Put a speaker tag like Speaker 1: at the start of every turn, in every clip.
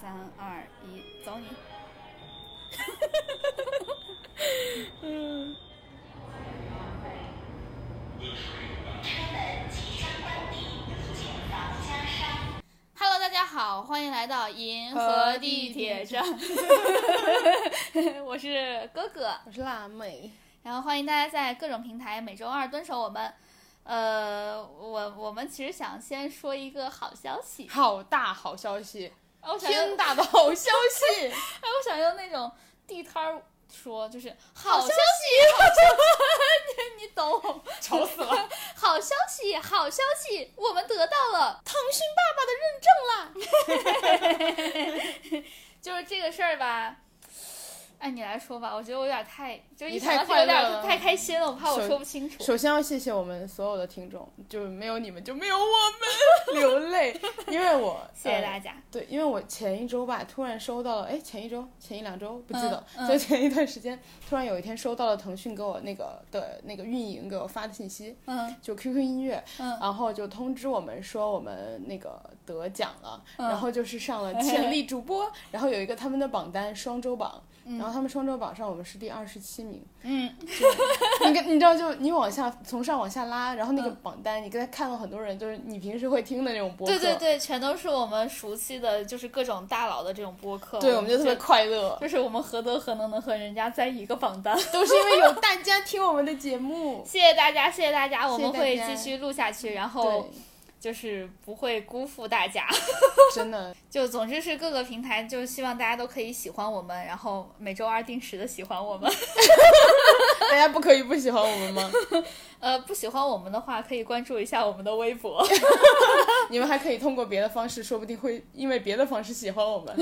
Speaker 1: 三二一，走你！
Speaker 2: 嗯。
Speaker 1: Hello，大家好，欢迎来到银河地铁站， 我是哥哥，
Speaker 2: 我是辣妹，
Speaker 1: 然后欢迎大家在各种平台每周二蹲守我们。呃，我我们其实想先说一个好消息，
Speaker 2: 好大好消息，
Speaker 1: 啊我想用，
Speaker 2: 天
Speaker 1: 哎，
Speaker 2: 大的好消 息！
Speaker 1: 我想用那种地摊儿说，就是好
Speaker 2: 好
Speaker 1: 消
Speaker 2: 消
Speaker 1: 息， 你你懂，
Speaker 2: 愁死了！
Speaker 1: 好消息，好消息，我们得到了
Speaker 2: 腾讯爸爸的认证啦！
Speaker 1: 就是这个事儿吧，哎，你来说吧，我觉得我有点太，就是一
Speaker 2: 你
Speaker 1: 想到这个有
Speaker 2: 太快乐
Speaker 1: 点
Speaker 2: 了
Speaker 1: 太开心了，我怕我
Speaker 2: 手
Speaker 1: 说不清楚。
Speaker 2: 首先要谢谢我们所有的听众，就没有你们就没有我 们，流泪，因为我
Speaker 1: 谢谢大
Speaker 2: 家。
Speaker 1: 家，
Speaker 2: 对，因为我前一周吧，突然收到了，哎，前一周、前一两周不记得，
Speaker 1: 嗯嗯
Speaker 2: 就前一段时间，突然有一天收到了腾讯给我那个的那个运营给我发的信息，
Speaker 1: 嗯
Speaker 2: 就 QQ 音乐，
Speaker 1: 嗯
Speaker 2: 然后就通知我们说我们那个得奖了，
Speaker 1: 嗯
Speaker 2: 然后就是上 了潜力主播，然后有一个他们的榜单双周榜，然后他们双周榜上我们是第二十七名，
Speaker 1: 嗯，
Speaker 2: 你跟你知道就你往下从上往下拉，然后那个榜单你刚才看到很多人就是你平时会听的那种播
Speaker 1: 对
Speaker 2: 客，
Speaker 1: 对对，全都是我们熟悉的，就是各种大佬的这种播客。
Speaker 2: 对我们就特别快乐，
Speaker 1: 就是我们何德何能能和人家在一个榜单？
Speaker 2: 都是因为有大家听我们的节目，
Speaker 1: 谢谢大家，谢谢大家，我
Speaker 2: 谢谢
Speaker 1: 们
Speaker 2: 大
Speaker 1: 会
Speaker 2: 家
Speaker 1: 继续录下去，然
Speaker 2: 对
Speaker 1: 后，就是不会辜负大家。
Speaker 2: 真的
Speaker 1: 就总之是各个平台，就希望大家都可以喜欢我们，然后每周二定时的喜欢我们。
Speaker 2: 大家不可以不喜欢我们吗？
Speaker 1: 呃，不喜欢我们的话，可以关注一下我们的微博。
Speaker 2: 你们还可以通过别的方式，说不定会因为别的方式喜欢我们。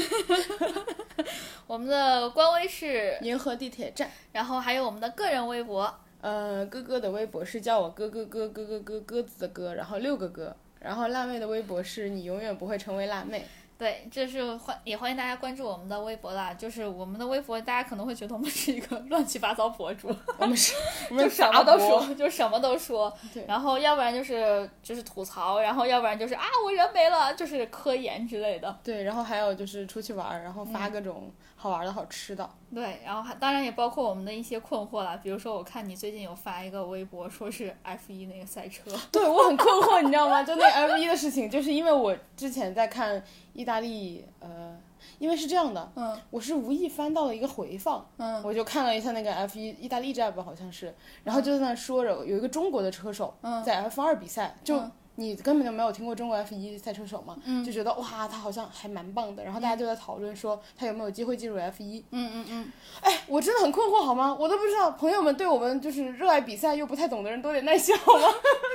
Speaker 1: 我们的官微是，
Speaker 2: 银河地铁站。
Speaker 1: 然后还有我们的个人微博。
Speaker 2: 呃，哥哥的微博是叫我哥哥哥哥哥哥鸽子的哥，然后六个哥。然后辣妹的微博是你永远不会成为辣妹，
Speaker 1: 对，这是欢也欢迎大家关注我们的微博啦。就是我们的微博，大家可能会觉得我们是一个 乱七八糟博主，
Speaker 2: 我们是，我
Speaker 1: 就
Speaker 2: 们
Speaker 1: 什么都，说，就什么都说。
Speaker 2: 对
Speaker 1: 然后要不然就是就是吐槽，然后要不然就是啊我人没了，就是科研之类的。
Speaker 2: 对，然后还有就是出去玩儿，然后
Speaker 1: 嗯
Speaker 2: 发各种好玩的好吃的，
Speaker 1: 对，然后还当然也包括我们的一些困惑啦，比如说我看你最近有发一个微博，说是 F 一那个赛车，
Speaker 2: 对我很困惑，你知道吗？就那 F 一的事情，就是因为我之前在看意大利，呃，因为是这样的，
Speaker 1: 嗯
Speaker 2: 我是无意翻到了一个回放，
Speaker 1: 嗯
Speaker 2: 我就看了一下那个 F 一意大利站吧，好像是，然后就在那说着有一个中国的车手
Speaker 1: 嗯
Speaker 2: 在 F 二比赛，就
Speaker 1: 嗯
Speaker 2: 你根本就没有听过中国 F 一赛车手嘛，
Speaker 1: 嗯
Speaker 2: 就觉得哇，他好像还蛮棒的，然后大家就在讨论说他有没有机会进入 F 一，
Speaker 1: 嗯嗯嗯，
Speaker 2: 哎，我真的很困惑好吗？我都不知道朋友们对我们就是热爱比赛又不太懂的人多点耐心好吗？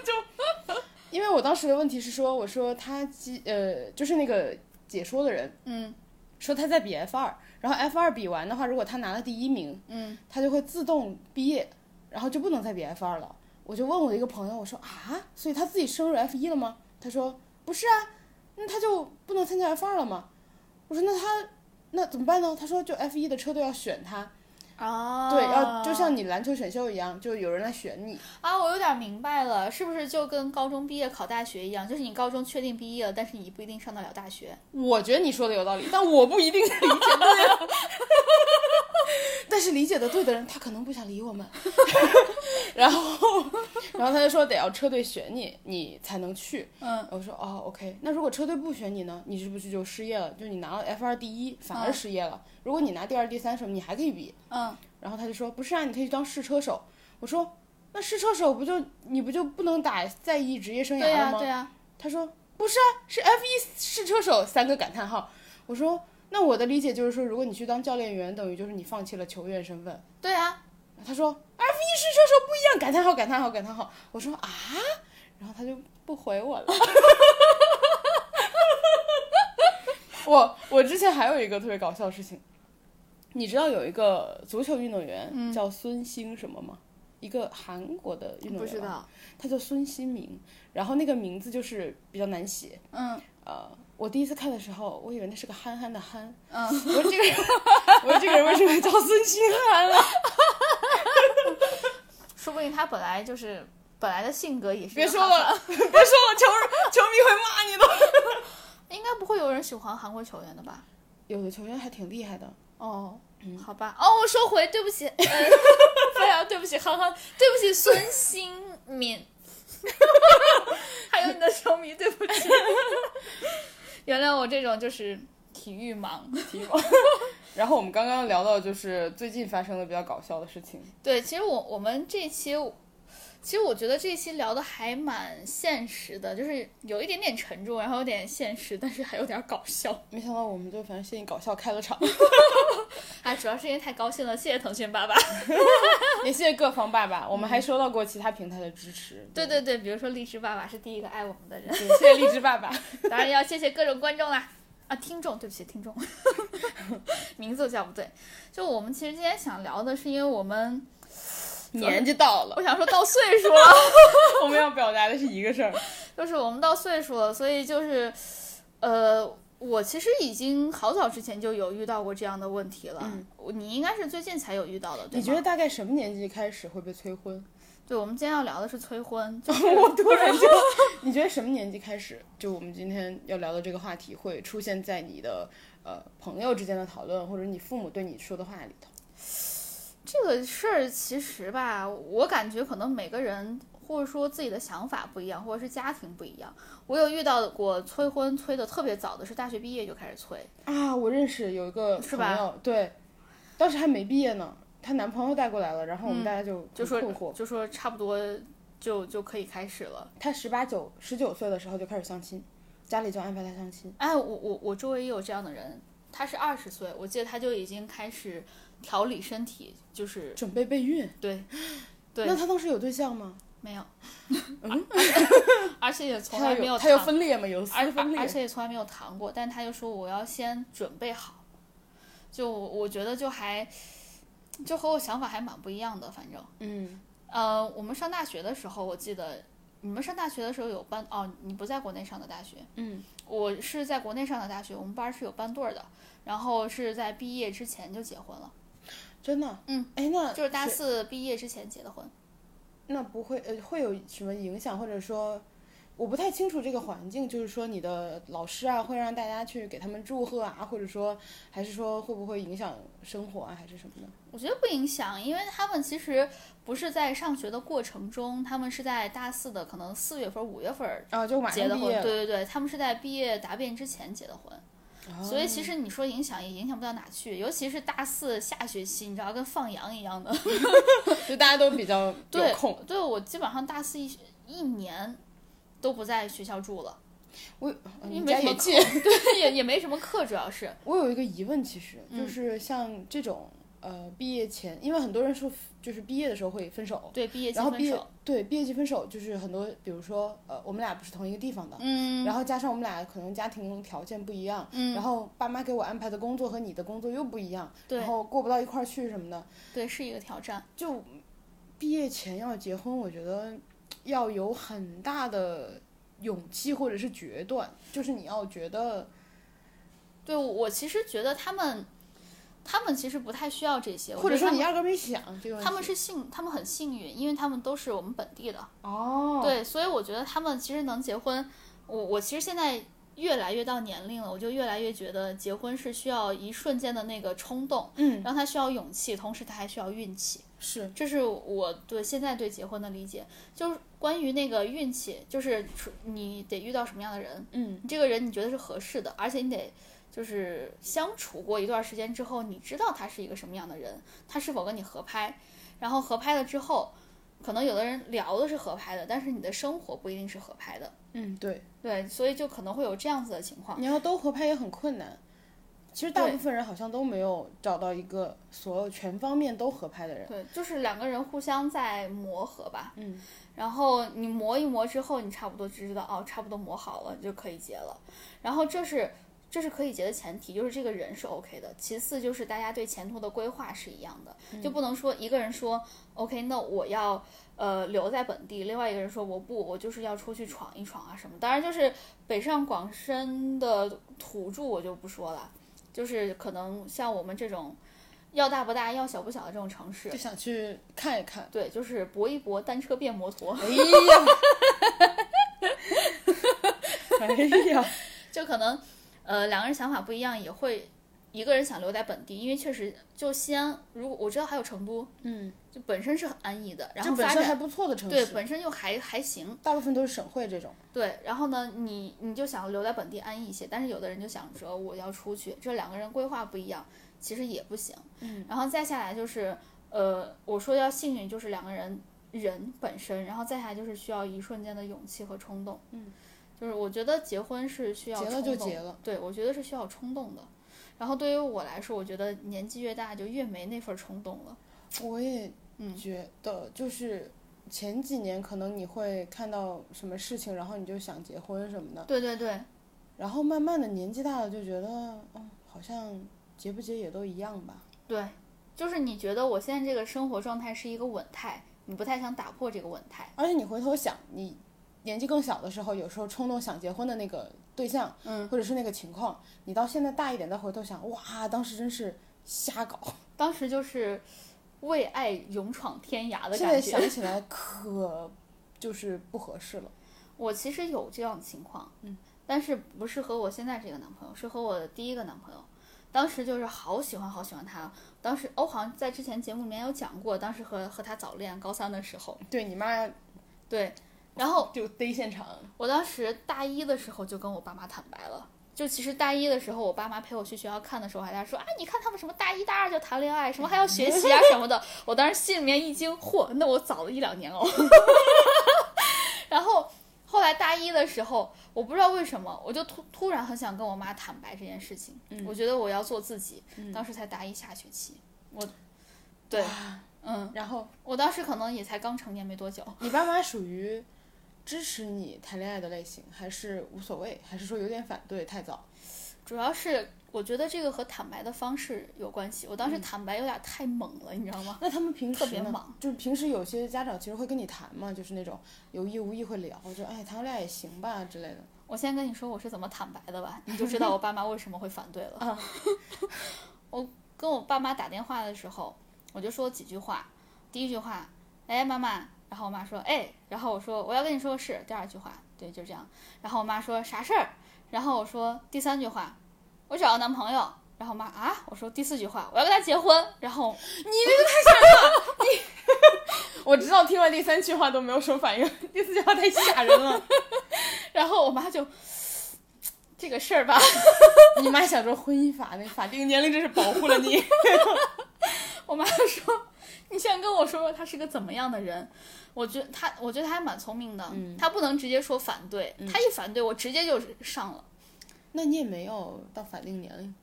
Speaker 2: 就。因为我当时的问题是说，我说他基呃，就是那个解说的人，
Speaker 1: 嗯，
Speaker 2: 说他在比 F 二，然后 F 二比完的话，如果他拿了第一名，
Speaker 1: 嗯，
Speaker 2: 他就会自动毕业，然后就不能再比 F 二了。我就问我的一个朋友，我说啊，所以他自己升入 F 一了吗？他说不是啊，那他就不能参加 F 二了吗？我说那他那怎么办呢？他说就 F 一的车队要选他，
Speaker 1: 啊
Speaker 2: 对，要就像你篮球选秀一样，就有人来选你。
Speaker 1: 啊，我有点明白了，是不是就跟高中毕业考大学一样，就是你高中确定毕业了，但是你不一定上得了大学。
Speaker 2: 我觉得你说的有道理，但我不一定理解对。 但是理解的对的人，他可能不想理我们。 然后，然后他就说得要车队选你，你才能去。
Speaker 1: 嗯，
Speaker 2: 我说哦，OK。那如果车队不选你呢？你是不是就失业了？就你拿了 F 二第一，反而失业了。如果你拿第二、第三什么，你还可以比。
Speaker 1: 嗯，
Speaker 2: 然后他就说不是啊，你可以去当试车手。我说那试车手不就你不就不能打在役职业生涯
Speaker 1: 对
Speaker 2: 了
Speaker 1: 呀、
Speaker 2: 吗？
Speaker 1: 对呀、
Speaker 2: 他说不是啊，是 F 一试车手三个感叹号。我说那我的理解就是说，如果你去当教练员，等于就是你放弃了球员身份。
Speaker 1: 对呀、
Speaker 2: 他说 F 一试车手不一样，感叹号感叹号感叹号。我说啊，然后他就不回我了。 我我之前还有一个特别搞笑的事情，你知道有一个足球运动员、叫孙兴什么吗？一个韩国的运动
Speaker 1: 嗯不
Speaker 2: 员，
Speaker 1: 知，道，
Speaker 2: 他叫孙兴民，然后那个名字就是比较难写。
Speaker 1: 嗯
Speaker 2: 呃，我第一次看的时候，我以为那是个憨憨的憨，
Speaker 1: 嗯，
Speaker 2: 我说这个人，我说这个人为什么叫孙 兴憨了？
Speaker 1: 说不定他本来就是本来的性格也是。
Speaker 2: 别说了，，别说了，球球迷会骂你的。
Speaker 1: 应该不会有人喜欢韩国球员的吧？
Speaker 2: 有的球员还挺厉害的。
Speaker 1: 哦，好吧，哦，我收回，对不起，呃， 非常对不起，憨憨，对不起，孙兴敏，还有你的球迷，对不起， 原谅我这种就是体育盲。
Speaker 2: 然后我们刚刚聊到就是最近发生的比较搞笑的事情，
Speaker 1: 对，其实我我们这期，其实我觉得这期聊的还蛮现实的，就是有一点点沉重，然后有点现实，但是还有点搞笑。
Speaker 2: 没想到我们就反正先以搞笑开了场，
Speaker 1: 哎，主要是因为太高兴了，谢谢腾讯爸爸。
Speaker 2: 也谢谢各方爸爸，我们还收到过其他平台的支持。
Speaker 1: 对对对，比如说荔枝爸爸是第一个爱我们的人，
Speaker 2: 对，谢谢荔枝爸爸。
Speaker 1: 当然要谢谢各种观众啦。啊，听众，对不起，听众， 名字都叫不对。就我们其实今天想聊的是，因为我们
Speaker 2: 年纪到了，
Speaker 1: 我想说到岁数了，
Speaker 2: 我们要表达的是一个事儿。
Speaker 1: 就是我们到岁数了，所以就是，呃，我其实已经好早之前就有遇到过这样的问题了。我你应该是最近才有遇到的，对吗？
Speaker 2: 嗯你觉得大概什么年纪开始会被催婚？
Speaker 1: 对，我们今天要聊的是催婚，就
Speaker 2: 我突然就，你觉得什么年纪开始，就我们今天要聊的这个话题会出现在你的呃朋友之间的讨论，或者你父母对你说的话里头？
Speaker 1: 这个事儿其实吧，我感觉可能每个人或者说自己的想法不一样，或者是家庭不一样。我有遇到过催婚催的特别早的，是大学毕业就开始催。
Speaker 2: 啊，我认识有一个
Speaker 1: 是
Speaker 2: 朋
Speaker 1: 吧
Speaker 2: 友，对，当时还没毕业呢，她男朋友带过来了，然后我们大家嗯就
Speaker 1: 就
Speaker 2: 很困
Speaker 1: 说
Speaker 2: 惑。
Speaker 1: 就说差不多就就可以开始了。
Speaker 2: 她十八九、十九岁的时候就开始相亲，家里就安排她相亲。
Speaker 1: 哎，我我我周围也有这样的人，他是二十岁，我记得他就已经开始调理身体，就是
Speaker 2: 准备备孕，
Speaker 1: 对对
Speaker 2: 那她当时有对象吗？
Speaker 1: 没有， 而且也从来
Speaker 2: 她
Speaker 1: 没
Speaker 2: 嗯有，她
Speaker 1: 谈
Speaker 2: 有分裂吗？有丝
Speaker 1: 而
Speaker 2: 分
Speaker 1: 而而
Speaker 2: 裂。
Speaker 1: 且也从来没有谈过，但他就说我要先准备好，就我我觉得就还就和我想法还蛮不一样的，反正
Speaker 2: 嗯，
Speaker 1: 呃，我们上大学的时候，我记得你们上大学的时候有班哦，你不在国内上的大学，
Speaker 2: 嗯，
Speaker 1: 我是在国内上的大学，我们班儿是有班对儿的，然后是在毕业之前就结婚了，
Speaker 2: 真的。
Speaker 1: 嗯，
Speaker 2: 哎，那
Speaker 1: 就是大
Speaker 2: 谁
Speaker 1: 四毕业之前结的婚。
Speaker 2: 那不会呃会有什么影响，或者说我不太清楚这个环境，就是说你的老师啊会让大家去给他们祝贺啊，或者说还是说会不会影响生活啊，还是什么呢？
Speaker 1: 我觉得不影响，因为他们其实不是在上学的过程中，他们是在大四的可能四月份、五月份儿
Speaker 2: 啊，就马
Speaker 1: 结
Speaker 2: 上
Speaker 1: 的
Speaker 2: 毕
Speaker 1: 婚，
Speaker 2: 业
Speaker 1: 对
Speaker 2: 了，
Speaker 1: 对对，他们是在毕业答辩之前结的婚，
Speaker 2: 啊
Speaker 1: 所以其实你说影响也影响不到哪去，尤其是大四下学期，你知道跟放羊一样的。
Speaker 2: 就大家都 比较
Speaker 1: 对
Speaker 2: 有空。
Speaker 1: 对，我基本上大四一一年都不在学校住了，
Speaker 2: 我呃
Speaker 1: 因为
Speaker 2: 你
Speaker 1: 没
Speaker 2: 家
Speaker 1: 什么
Speaker 2: 也
Speaker 1: 课
Speaker 2: 近，
Speaker 1: 对，也也没什么课，主要是
Speaker 2: 我有一个疑问，其实就
Speaker 1: 嗯
Speaker 2: 是像这种呃毕业前，因为很多人说就是毕业的时候会分手。
Speaker 1: 对毕业季
Speaker 2: 然后
Speaker 1: 分
Speaker 2: 毕业
Speaker 1: 手，
Speaker 2: 对毕业季分手就是很多，比如说呃，我们俩不是同一个地方的，
Speaker 1: 嗯
Speaker 2: 然后加上我们俩可能家庭条件不一样，然
Speaker 1: 嗯，
Speaker 2: 后爸妈给我安排的工作和你的工作又不一样，
Speaker 1: 对
Speaker 2: 然后过不到一块儿去什么的，
Speaker 1: 对，是一个挑战。
Speaker 2: 就毕业前要结婚，我觉得要有很大的勇气或者是决断，就是你要觉得
Speaker 1: 对我我其实觉得他们，他们其实不太需要这些，我
Speaker 2: 或者
Speaker 1: 觉
Speaker 2: 说
Speaker 1: 得
Speaker 2: 你压根儿没想这个
Speaker 1: 他们他
Speaker 2: 问题。
Speaker 1: 们是幸，他们很幸运，因为他们都是我们本地的。
Speaker 2: 哦，
Speaker 1: 对，所以我觉得他们其实能结婚，我我其实现在越来越到年龄了，我就越来越觉得结婚是需要一瞬间的那个冲动，
Speaker 2: 嗯，
Speaker 1: 然后他需要勇气，同时他还需要运气，
Speaker 2: 是
Speaker 1: 这是我对现在对结婚的理解。就是关于那个运气，就是除你得遇到什么样的人，
Speaker 2: 嗯
Speaker 1: 你这个人你觉得是合适的，而且你得。就是相处过一段时间之后，你知道他是一个什么样的人，他是否跟你合拍，然后合拍了之后，可能有的人聊的是合拍的，但是你的生活不一定是合拍的，
Speaker 2: 嗯，对，
Speaker 1: 对，所以就可能会有这样子的情况。
Speaker 2: 你要都合拍也很困难。其实大
Speaker 1: 对
Speaker 2: 部分人好像都没有找到一个所有全方面都合拍的人。
Speaker 1: 对，就是两个人互相在磨合吧，
Speaker 2: 嗯，
Speaker 1: 然后你磨一磨之后，你差不多就知道哦，差不多磨好了你就可以结了。然后这是这是可以结的前提，就是这个人是 OK 的。其次就是大家对前途的规划是一样的，
Speaker 2: 嗯
Speaker 1: 就不能说一个人说 OK，那我要呃留在本地，另外一个人说我不，我就是要出去闯一闯啊什么。当然就是北上广深的土著我就不说了，就是可能像我们这种。要大不大，要小不小的这种城市
Speaker 2: 就，想去看一看。
Speaker 1: 对，就是搏一搏，单车变摩托，
Speaker 2: 哎呀，哎呀，
Speaker 1: 就可能，呃，两个人想法不一样，也会一个人想留在本地，因为确实就西安，如果我知道还有成都，
Speaker 2: 嗯，
Speaker 1: 就本身是很安逸的，然
Speaker 2: 就
Speaker 1: 后
Speaker 2: 本
Speaker 1: 发
Speaker 2: 身
Speaker 1: 展
Speaker 2: 还不错的城
Speaker 1: 对
Speaker 2: 市，
Speaker 1: 本身又还还行，
Speaker 2: 大部分都是省会这种。
Speaker 1: 对，然后呢，你你就想留在本地安逸一些，但是有的人就想着我要出去，这两个人规划不一样，其实也不行。嗯，然后再下来就是，呃，我说要幸运，就是两个人人本身，然后再下来就是需要一瞬间的勇气和冲动。嗯，就是我觉得结婚是需要
Speaker 2: 结
Speaker 1: 冲
Speaker 2: 了
Speaker 1: 动
Speaker 2: 就结了，
Speaker 1: 对我觉得是需要冲动的。然后对于我来说，我觉得年纪越大就越没那份冲动了。
Speaker 2: 我也
Speaker 1: 嗯
Speaker 2: 觉得，就是前几年可能你会看到什么事情，然后你就想结婚什么的，
Speaker 1: 对对对，
Speaker 2: 然后慢慢的年纪大了就觉得，嗯，好像结不结也都一样吧。
Speaker 1: 对，就是你觉得我现在这个生活状态是一个稳态，你不太想打破这个稳态。
Speaker 2: 而且你回头想，你年纪更小的时候，有时候冲动想结婚的那个对象，
Speaker 1: 嗯，
Speaker 2: 或者是那个情况，你到现在大一点再回头想，哇，当时真是瞎搞，
Speaker 1: 当时就是为爱勇闯天涯的
Speaker 2: 现在
Speaker 1: 感觉。
Speaker 2: 想起来可就是不合适了。
Speaker 1: 我其实有这样的情况，嗯，但是不是和我现在这个男朋友，是和我的第一个男朋友。当时就是好喜欢好喜欢他，当时我好像在之前节目里面有讲过，当时和和他早恋，高三的时候，
Speaker 2: 对你妈
Speaker 1: 对，然后
Speaker 2: 就逮现场，
Speaker 1: 我当时大一的时候就跟我爸妈坦白了，就其实大一的时候，我爸妈陪我去学校看的时候，还在说啊，你看他们什么大一大二就谈恋爱，什么还要学习啊什么的。我当时心里面一惊，嚯，那我早了一两年哦。 然后后来大一的时候，我不知道为什么，我就突突然很想跟我妈坦白这件事情。我觉得我要做自己。当时才大一下学期，我，对，嗯，
Speaker 2: 然后
Speaker 1: 我当时可能也才刚成年没多久。
Speaker 2: 你爸妈属于支持你谈恋爱的类型，还是无所谓，还是说有点反对太早？
Speaker 1: 主要是我觉得这个和坦白的方式有关系。我当时坦白有点太猛了，你知道吗？
Speaker 2: 那他们平时
Speaker 1: 特别
Speaker 2: 呢
Speaker 1: 忙，
Speaker 2: 就是平时有些家长其实会跟你谈嘛，就是那种有意无意会聊，就哎谈个恋爱也行吧之类的。
Speaker 1: 我先跟你说我是怎么坦白的吧，你就知道我爸妈为什么会反对了。 我跟我爸妈打电话的时候，我就说几句话。第一句话，哎，妈妈。然后我妈说，哎，然后我说我要跟你说个事。第二句话，对，就这样。然后我妈说啥事儿？然后我说第三句话，我找个男朋友。然后我妈啊，我说第四句话，我要跟他结婚。然后
Speaker 2: 我知道听完第三句话都没有什么反应， 第四句话太吓人 了。
Speaker 1: 然后我妈就这个事儿吧，
Speaker 2: 你妈想说婚姻法那法定年龄真是保护了你。
Speaker 1: 我妈说你先跟我说说他是个怎么样的人。我觉得他，我觉得他还蛮聪明的，他不能直接说反对，他一反对我直接就上了。
Speaker 2: 那你也没有到法定年龄，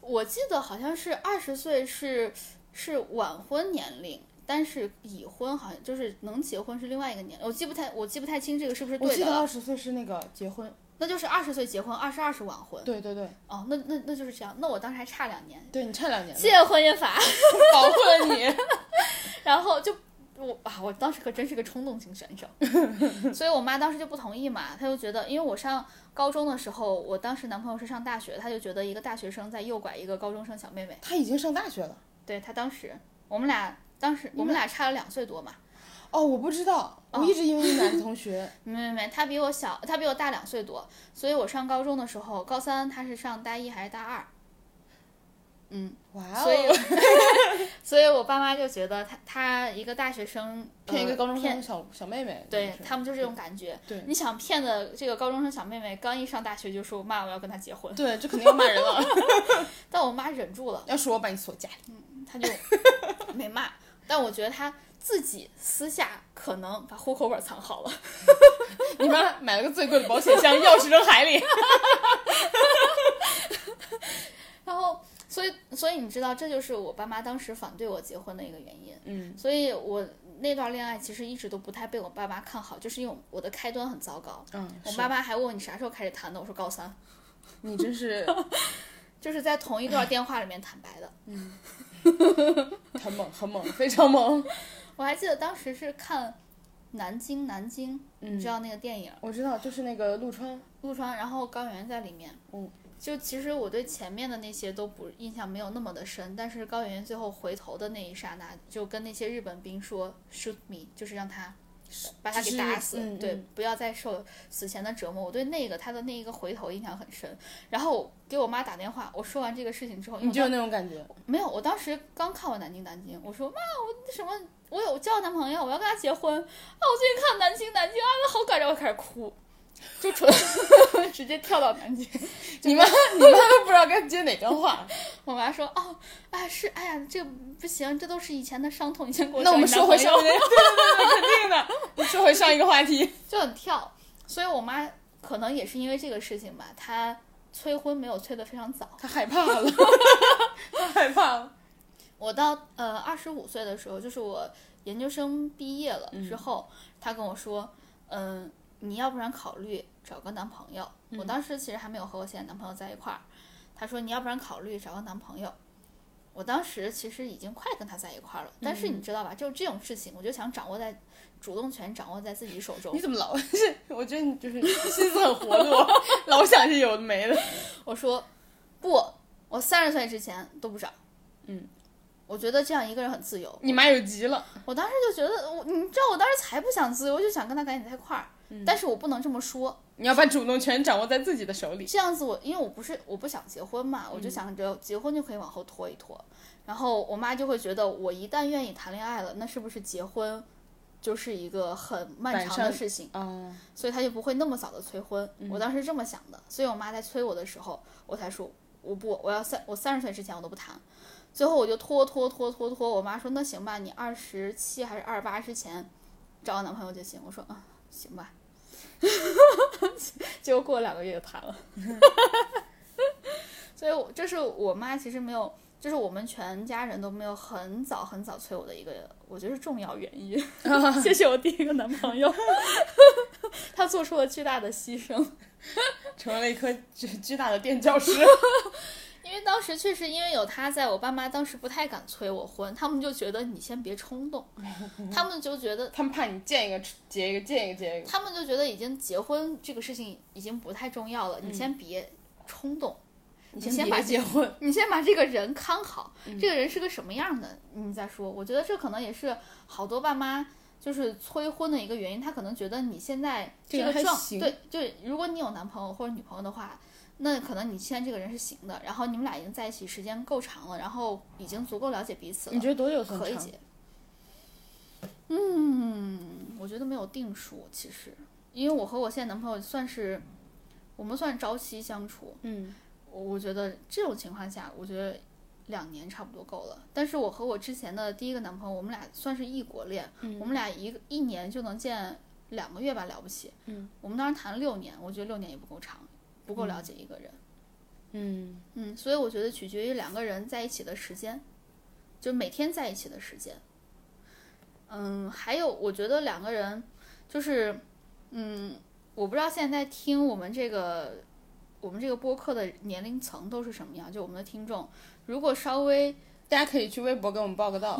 Speaker 1: 我记得好像是二十岁是是晚婚年龄。但是已婚好像就是能结婚是另外一个年龄，我记不太我记不太清这个是不是
Speaker 2: 我
Speaker 1: 对
Speaker 2: 记
Speaker 1: 的
Speaker 2: 得二
Speaker 1: 了，
Speaker 2: 十岁是那个结婚。呃
Speaker 1: 那就是二十岁结婚，二十二是晚婚。
Speaker 2: 对对对，
Speaker 1: 哦，那那那就是这样，那我当时还差两年，
Speaker 2: 对你差两年了，
Speaker 1: 谢婚姻法。
Speaker 2: 保护了你。
Speaker 1: 然后就我啊，我当时可真是个冲动型选 手，所以我妈当时就不同意嘛，她就觉得，因为我上高中的时候，我当时男朋友是上大学，她就觉得一个大学生在诱拐一个高中生小妹妹，
Speaker 2: 他已经上大学了。
Speaker 1: 对她当时我们俩当时我们俩差了两岁多嘛，
Speaker 2: 哦，我不知道，我一直以为你哪个同 学。
Speaker 1: 没没没，她比我小，她比我大两岁多，所以我上高中的时候，高三她是上大一还是大二，
Speaker 2: 哇哦！
Speaker 1: 所以， 所以我爸妈就觉得她她一个大学生
Speaker 2: 嗯骗一个
Speaker 1: 呃
Speaker 2: 高中
Speaker 1: 骗
Speaker 2: 生小小妹妹，
Speaker 1: 对
Speaker 2: 就是
Speaker 1: 他们就是这种感觉。
Speaker 2: 对
Speaker 1: 你想骗的这个高中生小妹妹，刚一上大学就说妈，我要跟他结婚，
Speaker 2: 对，这肯 定要骂人了。
Speaker 1: 但我妈忍住了，
Speaker 2: 要是我把你锁家里，
Speaker 1: 她就没骂。但我觉得她自己私下可能把户口本藏好了。
Speaker 2: 你妈买了个最贵的保险箱，钥匙扔海里。
Speaker 1: 然后，所以，所以你知道，这就是我爸妈当时反对我结婚的一个原因。
Speaker 2: 嗯，
Speaker 1: 所以我那段恋爱其实一直都不太被我爸妈看好，就是因为我的开端很糟糕。
Speaker 2: 嗯，
Speaker 1: 我
Speaker 2: 是
Speaker 1: 爸妈还问我你啥时候开始谈的，我说高三，
Speaker 2: 你真是
Speaker 1: 就是在同一 段电话里面坦白的。
Speaker 2: 很猛，很猛，非常猛。
Speaker 1: 我还记得当时是看《南京南京》，
Speaker 2: 嗯
Speaker 1: 你知道那个电影，
Speaker 2: 我知道，就是那个陆川，
Speaker 1: 陆川然后高圆在里面。
Speaker 2: 嗯，
Speaker 1: 就其实我对前面的那些都不印象没有那么的深，但是高圆圆最后回头的那一刹那，就跟那些日本兵说 “shoot me”，就是让他把他给
Speaker 2: 只
Speaker 1: 打
Speaker 2: 是
Speaker 1: 死，
Speaker 2: 嗯
Speaker 1: 对，不要再受死前的折磨。我对那个他的那一个回头印象很深。然后给我妈打电话，我说完这个事情之后，因
Speaker 2: 你
Speaker 1: 为
Speaker 2: 就
Speaker 1: 我
Speaker 2: 有那种感觉，
Speaker 1: 当没有，我当时刚看完《南京南京》，我说妈，我什么，我有交男朋友，我要跟他结婚啊！我最近看《南京南京》，啊，那好感人，我开始哭，就纯 直接跳到南京。
Speaker 2: 你妈你妈都不知道该接哪张话。
Speaker 1: 我妈说哦，哎是，哎呀，这不行，这都是以前的伤痛，你先给我
Speaker 2: 那我们
Speaker 1: 交
Speaker 2: 说
Speaker 1: 一男朋友
Speaker 2: 回上，对对对对，肯定的。说回上一个话题，
Speaker 1: 就很跳。所以我妈可能也是因为这个事情吧，她催婚没有催得非常早。
Speaker 2: 他害怕了，他害怕了。
Speaker 1: 我到呃二十五岁的时候，就是我研究生毕业了之后，她跟我说，嗯、你要不然考虑找个男朋友。我当时其实还没有和我现在男朋友在一块儿，她说你要不然考虑找个男朋友。我当时其实已经快跟他在一块儿了，但是你知道吧，就是这种事情，我就想掌握在主动权掌握在自己 手中
Speaker 2: 你。怎么老是？我觉得你就是心思很活络，老想些有的没的。
Speaker 1: 我说不，我三十岁之前都不找。
Speaker 2: 嗯，
Speaker 1: 我觉得这样一个人很自由。
Speaker 2: 你妈有急了，
Speaker 1: 我当时就觉得，我你知道，我当时才不想自由，我就想跟他赶紧在一块儿。但是我不能这么说，
Speaker 2: 你要把主动权掌握在自己的手里。
Speaker 1: 这样子我因为我不是我不想结婚嘛，我就想着结婚就可以往后拖一拖。然后我妈就会觉得，我一旦愿意谈恋爱了，那是不是结婚就是一个很漫
Speaker 2: 晚
Speaker 1: 长的
Speaker 2: 上
Speaker 1: 事情？
Speaker 2: 啊，
Speaker 1: 所以他就不会那么早的催婚。我当时这么想的，所以我妈在催我的时候，我才说我不，我要三我三十岁之前我都不谈。最后我就拖拖拖拖拖，我妈说那行吧，你二十七还是二十八之前找个男朋友就行。我说嗯，行吧。结果过了两个月就谈了。所以我，这是我妈其实没有，就是我们全家人都没有很早很早催我的一个，我觉得是重要原因。 谢谢我第一个男朋友， 他做出了巨大的牺牲。
Speaker 2: 成为了一颗巨巨大的垫脚石。
Speaker 1: 因为当时确实因为有他在，我爸妈当时不太敢催我婚，他们就觉得你先别冲动，他们就觉得
Speaker 2: 他们怕你见一个结一个，见一个结一个。
Speaker 1: 他们就觉得已经结婚这个事情已经不太重要了，你先别冲动，
Speaker 2: 你
Speaker 1: 先
Speaker 2: 别
Speaker 1: 把
Speaker 2: 结婚，
Speaker 1: 你先把这个人看好，
Speaker 2: 嗯
Speaker 1: 这个人是个什么样的，你再说。我觉得这可能也是好多爸妈就是催婚的一个原因，他可能觉得你现在
Speaker 2: 这
Speaker 1: 这
Speaker 2: 个
Speaker 1: 个
Speaker 2: 还
Speaker 1: 状，
Speaker 2: 行
Speaker 1: 对，就是如果你有男朋友或者女朋友的话，那可能你现在这个人是行的，然后你们俩已经在一起时间够长了，然后已经足够了解彼此了，
Speaker 2: 觉得多久
Speaker 1: 可以结。嗯，我觉得没有定数，其实，因为我和我现在男朋友算是，我们算朝夕相处，
Speaker 2: 嗯，
Speaker 1: 我我觉得这种情况下，我觉得两年差不多够了。但是我和我之前的第一个男朋友，我们俩算是异国恋，我们俩一个一年就能见两个月吧，了不起。嗯，我们当时谈了六年，我觉得六年也不够长，不够了解一个人。
Speaker 2: 嗯，
Speaker 1: 嗯所以我觉得取决于两个人在一起的时间，就每天在一起的时间。嗯，还有我觉得两个人就是，嗯，我不知道现在听我们这个我们这个播客的年龄层都是什么样，就我们的听众，如果稍微
Speaker 2: 大家可以去微博给我们报个 到，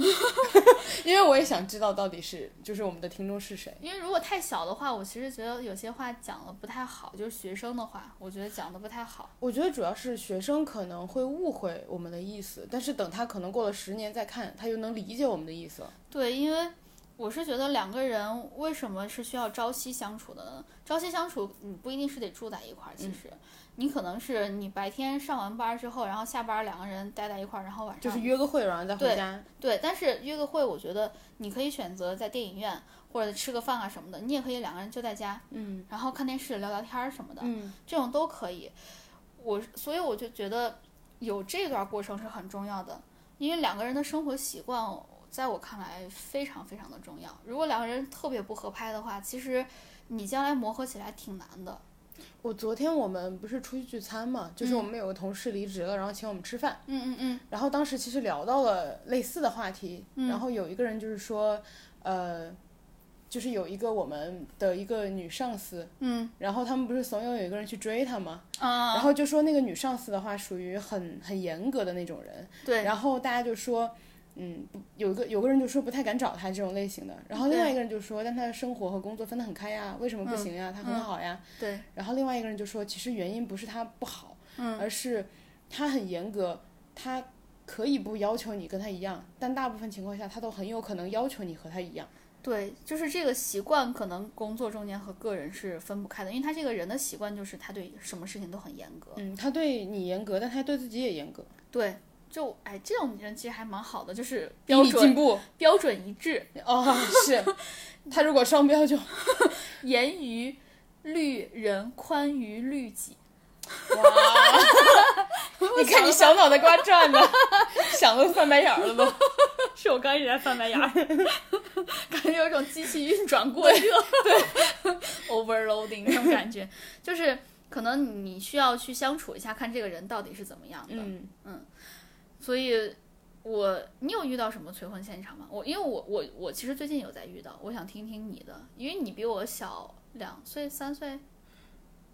Speaker 2: 因为我也想知道到底是就是我们的听众是谁。
Speaker 1: 因为如果太小的话，我其实觉得有些话讲的不太好，就是学生的话，我觉得讲的不太好。
Speaker 2: 我觉得主要是学生可能会误会我们的意思，但是等他可能过了十年再看，他就能理解我们的意思了。
Speaker 1: 对，因为我是觉得两个人为什么是需要朝夕相处的呢？朝夕相处，你不一定是得住在一块儿，
Speaker 2: 嗯
Speaker 1: 其实、你可能是你白天上完班儿之后，然后下班儿两个人待在一块儿，然后晚上
Speaker 2: 就是约个会，然后再回家。
Speaker 1: 对，但是约个会，我觉得你可以选择在电影院或者吃个饭啊什么的，你也可以两个人就在家，嗯，然后看电视、聊聊天儿什么的，
Speaker 2: 嗯，
Speaker 1: 这种都可以。我所以我就觉得有这段过程是很重要的，因为两个人的生活习惯，在我看来非常非常的重要。如果两个人特别不合拍的话，其实你将来磨合起来挺难的。
Speaker 2: 我昨天我们不是出去聚餐嘛，就是我们有个同事离职了，然后请我们吃饭，
Speaker 1: 嗯嗯嗯，
Speaker 2: 然后当时其实聊到了类似的话题，
Speaker 1: 嗯
Speaker 2: 然后有一个人就是说，呃，就是有一个我们的一个女上司，
Speaker 1: 嗯
Speaker 2: 然后他们不是怂恿有一个人去追她吗？然
Speaker 1: 啊，
Speaker 2: 后就说那个女上司的话属于很很严格的那种人，
Speaker 1: 对，
Speaker 2: 然后大家就说，嗯，不有一个有个人就说不太敢找他这种类型的，然后另外一个人就说，但他的生活和工作分得很开呀，为什么不行呀？他
Speaker 1: 嗯
Speaker 2: 很好呀。
Speaker 1: 对，
Speaker 2: 然后另外一个人就说，其实原因不是他不好，
Speaker 1: 嗯
Speaker 2: 而是他很严格，他可以不要求你跟他一样，但大部分情况下他都很有可能要求你和他一样。
Speaker 1: 对，就是这个习惯，可能工作中间和个人是分不开的，因为他这个人的习惯就是他对什么事情都很严格。
Speaker 2: 嗯，他对你严格，但他对自己也严格，
Speaker 1: 对，就哎，这种人其实还蛮好的，就是
Speaker 2: 比
Speaker 1: 标
Speaker 2: 你
Speaker 1: 准
Speaker 2: 进步。
Speaker 1: 标准一致，
Speaker 2: 哦，是，他如果双 标就
Speaker 1: 严于律人，宽于律己。
Speaker 2: 哇！你看你小脑袋瓜转的，想的翻白眼儿了都。
Speaker 1: 是我刚一直在翻白眼儿， 感觉有种机器运转过热，对，overloading 那种感觉，就是可能你需要去相处一下，看这个人到底是怎么样的。
Speaker 2: 嗯，
Speaker 1: 所以我你有遇到什么催婚现场吗？我因为我我我其实最近有在遇到，我想听听你的，因为你比我小两岁三岁，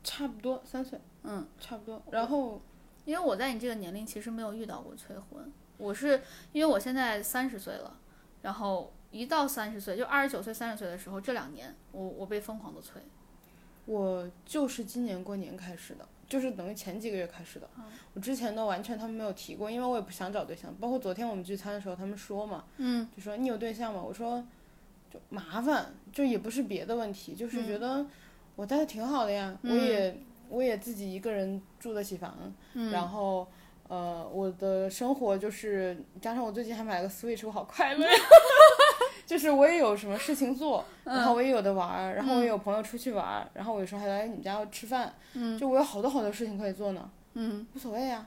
Speaker 2: 差不多三岁，
Speaker 1: 嗯，
Speaker 2: 差不多。然后
Speaker 1: 因为我在你这个年龄其实没有遇到过催婚，我是因为我现在三十岁了，然后一到三十岁就二十九岁三十岁的时候，这两年我我被疯狂的催，
Speaker 2: 我就是今年过年开始的，就是等于前几个月开始的。
Speaker 1: 嗯
Speaker 2: 我之前的完全他们没有提过，因为我也不想找对象。包括昨天我们聚餐的时候，他们说嘛，
Speaker 1: 嗯，
Speaker 2: 就说你有对象吗？我说就麻烦，就也不是别的问题，就是觉得我待的挺好的呀，
Speaker 1: 嗯嗯
Speaker 2: 我也我也自己一个人住得起房，然后。呃，我的生活就是加上我最近还买了个 Switch，我好快乐呀，就是我也有什么事情做，然后我也有的玩儿，然后我也有朋友出去玩儿，然后我有时候还来你们家吃饭，就我有好多好多事情可以做呢，嗯，无所谓啊，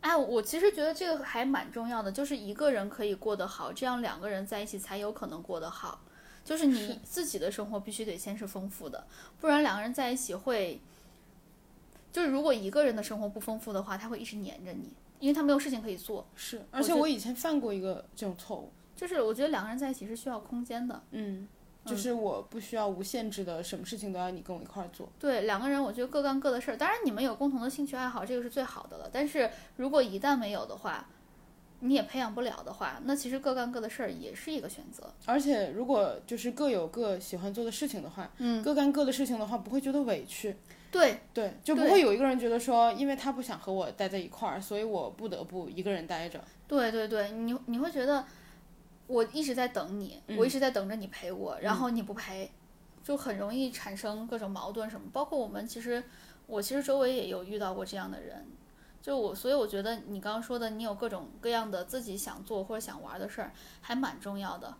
Speaker 1: 哎，我其实觉得这个还蛮重要的，就是一个人可以过得好，这样两个人在一起才有可能过得好。就是你自己的生活必须得先是丰富的，不然两个人在一起会，就是如果一个人的生活不丰富的话，他会一直黏着你，因为他没有事情可以做。
Speaker 2: 哦是，
Speaker 1: 我
Speaker 2: 而且
Speaker 1: 觉
Speaker 2: 我以前犯过一个这种错误，
Speaker 1: 就是我觉得两个人在一起是需要空间的，
Speaker 2: 嗯，就是我不需要无限制的，什么事情都要你跟我一块儿做。
Speaker 1: 对，两个人我觉得各干各的事儿。当然你们有共同的兴趣爱好，这个是最好的了。但是如果一旦没有的话，你也培养不了的话，那其实各干各的事儿也是一个选择。
Speaker 2: 而且如果就是各有各喜欢做的事情的话，
Speaker 1: 嗯，
Speaker 2: 各干各的事情的话，不会觉得委屈，
Speaker 1: 对，
Speaker 2: 对，就不
Speaker 1: 对
Speaker 2: 会有一个人觉得说，因为他不想和我待在一块儿，所以我不得不一个人待着。
Speaker 1: 对对对，你你会觉得我一直在等你，我一直在等着你陪我，然后你不陪，就很容易产生各种矛盾什么。包括我们其实，我其实周围也有遇到过这样的人，就我，所以我觉得你刚刚说的，你有各种各样的自己想做或者想玩的事儿，还蛮重要的。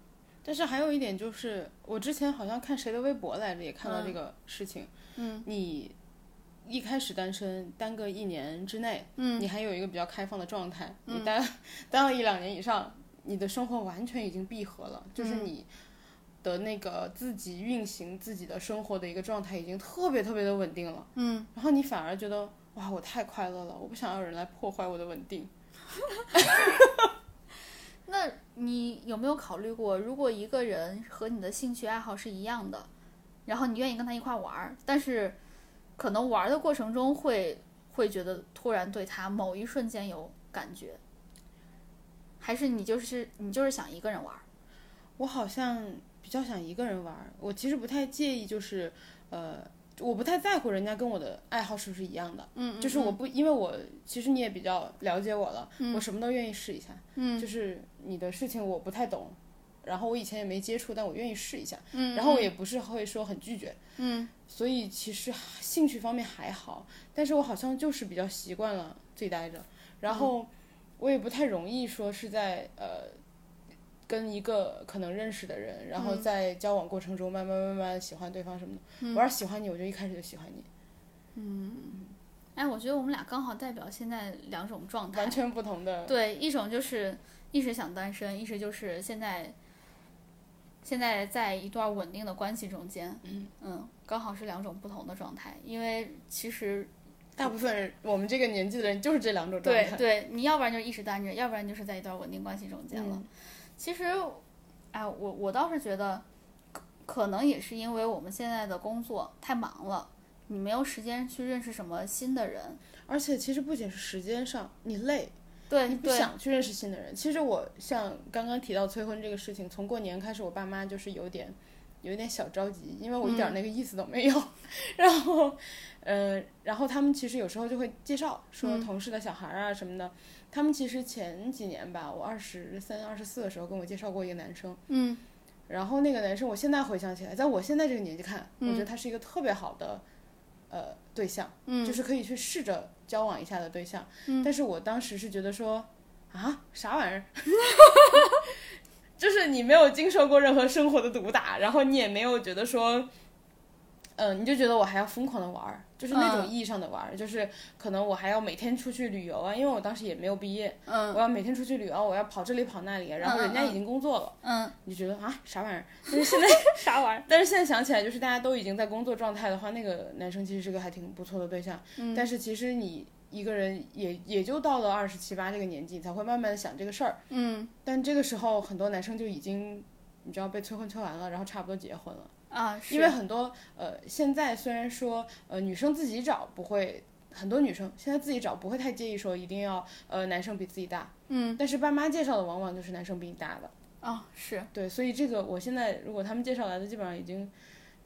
Speaker 2: 但是还有一点就是，我之前好像看谁的微博来着，也看到这个事情。嗯，你一开始单身单个一年之内，嗯，你还有一个比较开放的状态，你单单了一两年以上，你的生活完全已经闭合了，就是你的那个自己运行自己的生活的一个状态已经特别特别的稳定了。嗯，然后你反而觉得哇，我太快乐了，我不想要有人来破坏我的稳定。
Speaker 1: 那你有没有考虑过，如果一个人和你的兴趣爱好是一样的，然后你愿意跟他一块儿玩儿，但是可能玩儿的过程中会会觉得突然对他某一瞬间有感觉，还是你就是你就是想一个人玩儿？
Speaker 2: 我好像比较想一个人玩儿，我其实不太介意，就是呃，我不太在乎人家跟我的爱好是不是一样的，嗯就是我不，因为我其实你也比较了解我了，我什么都愿意试一下，嗯，就是你的事情我不太懂，然后我以前也没接触，但我愿意试一下，嗯，然后我也不是会说很拒绝，嗯，所以其实兴趣方面还好，但是我好像就是比较习惯了自己待着，然后我也不太容易说是在呃。跟一个可能认识的人，然后在交往过程中慢慢慢慢喜欢对方什么的。我要是喜欢你，我就一开始就喜欢你，
Speaker 1: 哎，我觉得我们俩刚好代表现在两种状态
Speaker 2: 完，全不同的。
Speaker 1: 对，一种就是一直想单身，一直就是现在现在在一段稳定的关系中间，嗯刚好是两种不同的状态。因为其实
Speaker 2: 大部分人我们这个年纪的人就是这两种状
Speaker 1: 对
Speaker 2: 态。
Speaker 1: 对，你要不然就一直单着，要不然就是在一段稳定关系中间
Speaker 2: 嗯
Speaker 1: 了。其实，哎，我我倒是觉得，可可能也是因为我们现在的工作太忙了，你没有时间去认识什么新的人。
Speaker 2: 而且其实不仅是时间上，你累，
Speaker 1: 对
Speaker 2: 你不
Speaker 1: 对，
Speaker 2: 想去认识新的人。其实我像刚刚提到催婚这个事情，从过年开始，我爸妈就是有点有点小着急，因为我一
Speaker 1: 嗯
Speaker 2: 点那个意思都没有。 然后，呃，然后他们其实有时候就会介绍
Speaker 1: 嗯
Speaker 2: 说同事的小孩啊什么的。他们其实前几年吧，我二十三、二十四的时候跟我介绍过一个男生，
Speaker 1: 嗯
Speaker 2: 然后那个男生，我现在回想起来，在我现在这个年纪看，
Speaker 1: 嗯
Speaker 2: 我觉得他是一个特别好的，呃，对象，
Speaker 1: 嗯
Speaker 2: 就是可以去试着交往一下的对象。但是我当时是觉得说，啊，啥玩意儿？就是你没有经受过任何生活的毒打，然后你也没有觉得说，嗯、你就觉得我还要疯狂的玩儿，就是那种
Speaker 1: 嗯
Speaker 2: 意义上的玩儿，就是可能我还要每天出去旅游啊，因为我当时也没有毕业，
Speaker 1: 嗯
Speaker 2: 我要每天出去旅游，我要跑这里跑那里啊，然后人家已经工作了，
Speaker 1: 嗯，
Speaker 2: 你就觉得啊啥玩意儿？但是现在，
Speaker 1: 啥玩意儿？
Speaker 2: 但是现在想起来，就是大家都已经在工作状态的话，那个男生其实是个还挺不错的对象。
Speaker 1: 嗯
Speaker 2: 但是其实你一个人也也就到了二十七八这个年纪，你才会慢慢的想这个事儿。
Speaker 1: 嗯
Speaker 2: 但这个时候，很多男生就已经你知道被催婚催完了，然后差不多结婚了。
Speaker 1: 啊，是
Speaker 2: 因为很多呃，现在虽然说呃女生自己找不会，很多女生现在自己找不会太介意说一定要呃男生比自己大，
Speaker 1: 嗯
Speaker 2: 但是爸妈介绍的往往就是男生比你大的。
Speaker 1: 啊是
Speaker 2: 对，所以这个我现在如果他们介绍来的，基本上已经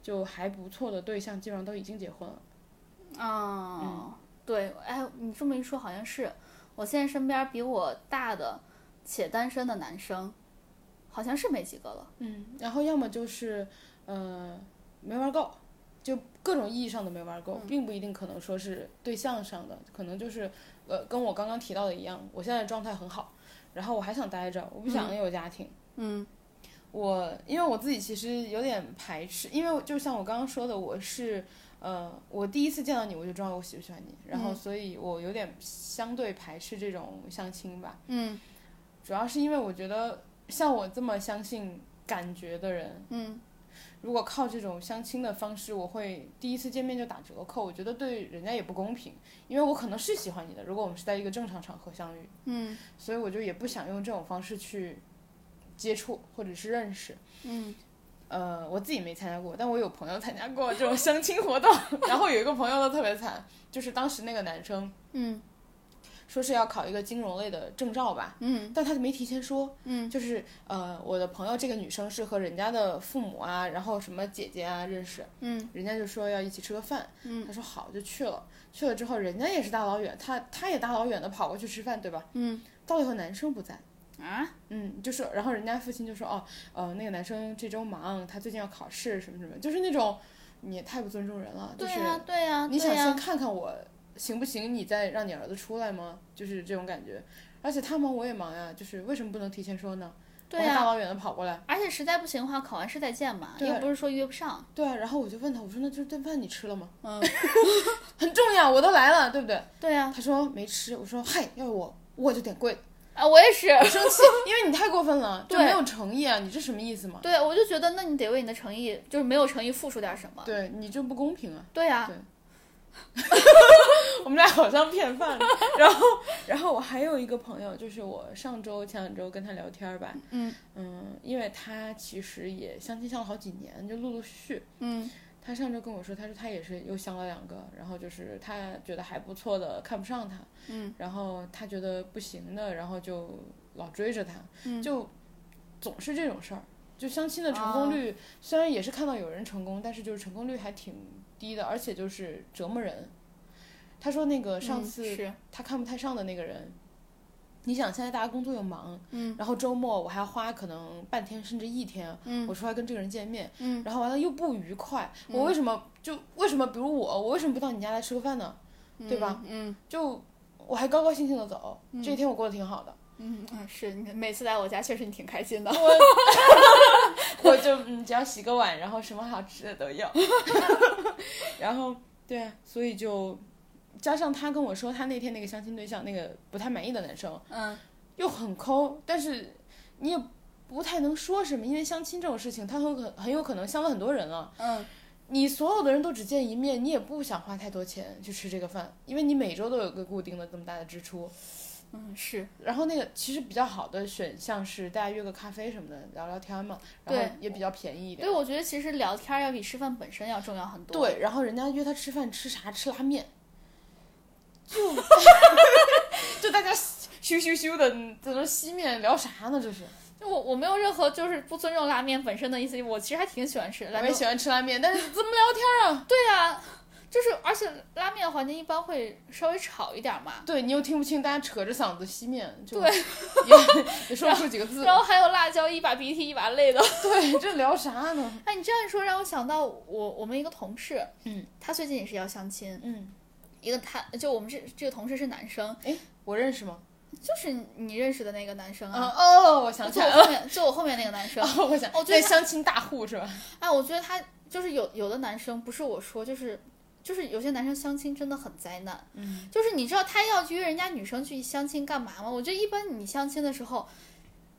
Speaker 2: 就还不错的对象，基本上都已经结婚了。
Speaker 1: 啊、
Speaker 2: 嗯
Speaker 1: 对，哎，你这么一说好像是，我现在身边比我大的且单身的男生，好像是没几个了。
Speaker 2: 嗯，然后要么就是呃没玩够，就各种意义上的没玩够，并不一定可能说是对象上的，可能就是呃跟我刚刚提到的一样，我现在状态很好，然后我还想待着，我不想有家庭。
Speaker 1: 嗯
Speaker 2: 我因为我自己其实有点排斥，因为就像我刚刚说的，我是呃，我第一次见到你我就知道我喜不喜欢你，然后
Speaker 1: 嗯
Speaker 2: 所以我有点相对排斥这种相亲吧，
Speaker 1: 嗯
Speaker 2: 主要是因为我觉得像我这么相信感觉的人，
Speaker 1: 嗯
Speaker 2: 如果靠这种相亲的方式，我会第一次见面就打折扣，我觉得对人家也不公平，因为我可能是喜欢你的，如果我们是在一个正常场合相遇，
Speaker 1: 嗯
Speaker 2: 所以我就也不想用这种方式去接触或者是认识。
Speaker 1: 嗯
Speaker 2: 呃，我自己没参加过，但我有朋友参加过这种相亲活动。 然后有一个朋友呢特别惨，就是当时那个男生
Speaker 1: 嗯
Speaker 2: 说是要考一个金融类的证照吧，
Speaker 1: 嗯
Speaker 2: 但他就没提前说。
Speaker 1: 嗯
Speaker 2: 就是呃，我的朋友这个女生是和人家的父母啊，然后什么姐姐啊认识，
Speaker 1: 嗯
Speaker 2: 人家就说要一起吃个饭，
Speaker 1: 嗯
Speaker 2: 他说好就去了。去了之后，人家也是大老远，他他也大老远的跑过去吃饭，对吧？
Speaker 1: 嗯
Speaker 2: 到了以后男生不在。
Speaker 1: 啊
Speaker 2: 嗯，就是，然后人家父亲就说，哦，呃，那个男生这周忙，他最近要考试什么什么，就是那种你也太不尊重人了，哦就
Speaker 1: 对
Speaker 2: 是
Speaker 1: 呀、对呀、
Speaker 2: 你
Speaker 1: 对
Speaker 2: 想
Speaker 1: 呀、
Speaker 2: 先看看我行不行，你再让你儿子出来吗？就是这种感觉。而且他忙我也忙呀，就是为什么不能提前说呢？
Speaker 1: 对
Speaker 2: 我还
Speaker 1: 呀、
Speaker 2: 大老远的跑过来。
Speaker 1: 而且实在不行的话，考完试再见嘛，
Speaker 2: 对
Speaker 1: 又不是说约不上。
Speaker 2: 对啊，然后我就问他，我说那这顿饭你吃了吗？
Speaker 1: 嗯，
Speaker 2: 很重要，我都来了，对不对？
Speaker 1: 对呀、
Speaker 2: 他说没吃，我说嗨，要我我就点贵的，
Speaker 1: 啊，我也是。
Speaker 2: 我生气，因为你太过分了，就
Speaker 1: 对
Speaker 2: 没有诚意啊，你这什么意思嘛？
Speaker 1: 对，我就觉得那你得为你的诚意，就是没有诚意付出点什么。
Speaker 2: 对你就不公平啊。
Speaker 1: 对呀、
Speaker 2: 对 我们俩好像骗饭了。然后，然后我还有一个朋友，就是我上周、前两周跟他聊天儿吧，
Speaker 1: 嗯
Speaker 2: 嗯，因为他其实也相亲相了好几年，就陆陆续续。
Speaker 1: 嗯
Speaker 2: 他上周跟我说，他说他也是又相了两个，然后就是他觉得还不错的看不上他，
Speaker 1: 嗯，
Speaker 2: 然后他觉得不行的，然后就老追着他，
Speaker 1: 嗯
Speaker 2: 就总是这种事儿。就相亲的成
Speaker 1: 哦
Speaker 2: 功率、虽然也是看到有人成功，但是就是成功率还挺低的，而且就是折磨人。他说那个上
Speaker 1: 嗯
Speaker 2: 次
Speaker 1: 是
Speaker 2: 他看不太上的那个人。你想，现在大家工作又忙，
Speaker 1: 嗯
Speaker 2: 然后周末我还要花可能半天甚至一天，
Speaker 1: 嗯
Speaker 2: 我出来跟这个人见面，
Speaker 1: 嗯
Speaker 2: 然后完了又不愉快，
Speaker 1: 嗯
Speaker 2: 我为什么就为什么，比如我，我为什么不到你家来吃个饭呢？对吧？
Speaker 1: 嗯
Speaker 2: 就我还高高兴兴的走，这一天我过得挺好的，
Speaker 1: 嗯嗯，是你每次来我家确实你挺开 心的。
Speaker 2: 我就嗯，只要洗个碗，然后什么好吃的都有， 然后对啊，所以就加上他跟我说他那天那个相亲对象那个不太满意的男生，
Speaker 1: 嗯
Speaker 2: 又很抠，但是你也不太能说什么，因为相亲这种事情，他很可很有可能相了很多人了。
Speaker 1: 嗯
Speaker 2: 你所有的人都只见一面，你也不想花太多钱去吃这个饭，因为你每周都有个固定的这么大的支出。
Speaker 1: 嗯，是
Speaker 2: 然后那个其实比较好的选项是大家约个咖啡什么的聊聊天嘛，然后也比较便宜一点
Speaker 1: 对，。我觉得其实聊天儿要比吃饭本身要重要很多。
Speaker 2: 对，然后人家约他吃饭吃啥？吃拉面， 就就大家咻咻咻的在那吸面聊啥呢？这是。
Speaker 1: 对，我我没有任何就是不尊重拉面本身的意思，我其实还挺喜欢吃拉
Speaker 2: 我也
Speaker 1: 面。
Speaker 2: 喜欢吃拉面，但是怎么聊天啊？
Speaker 1: 对啊，就是而且拉面的环境一般会稍微吵一点嘛，
Speaker 2: 对你又听不清，大家扯着嗓子吸面，就对，也也说不出几个字
Speaker 1: 然。后还有辣椒一把鼻涕一把泪的。
Speaker 2: 对，这聊啥呢？
Speaker 1: 哎，你这样一说让我想到我我们一个同事，
Speaker 2: 嗯，
Speaker 1: 他最近也是要相亲，
Speaker 2: 嗯，
Speaker 1: 一个他就我们这这个同事是男生，
Speaker 2: 哎我认识吗？
Speaker 1: 就是你认识的那个男生
Speaker 2: 嗯
Speaker 1: 啊，
Speaker 2: 哦，我想起
Speaker 1: 坐
Speaker 2: 来
Speaker 1: 我
Speaker 2: 了，
Speaker 1: 后面坐我后面那个男生，
Speaker 2: 哦，我想，
Speaker 1: 哦对
Speaker 2: 那相亲大户是吧？
Speaker 1: 哎，我觉得他就是有有的男生，不是我说，就是就是有些男生相亲真的很灾难。
Speaker 2: 嗯，
Speaker 1: 就是你知道他要约人家女生去相亲干嘛吗？我觉得一般你相亲的时候，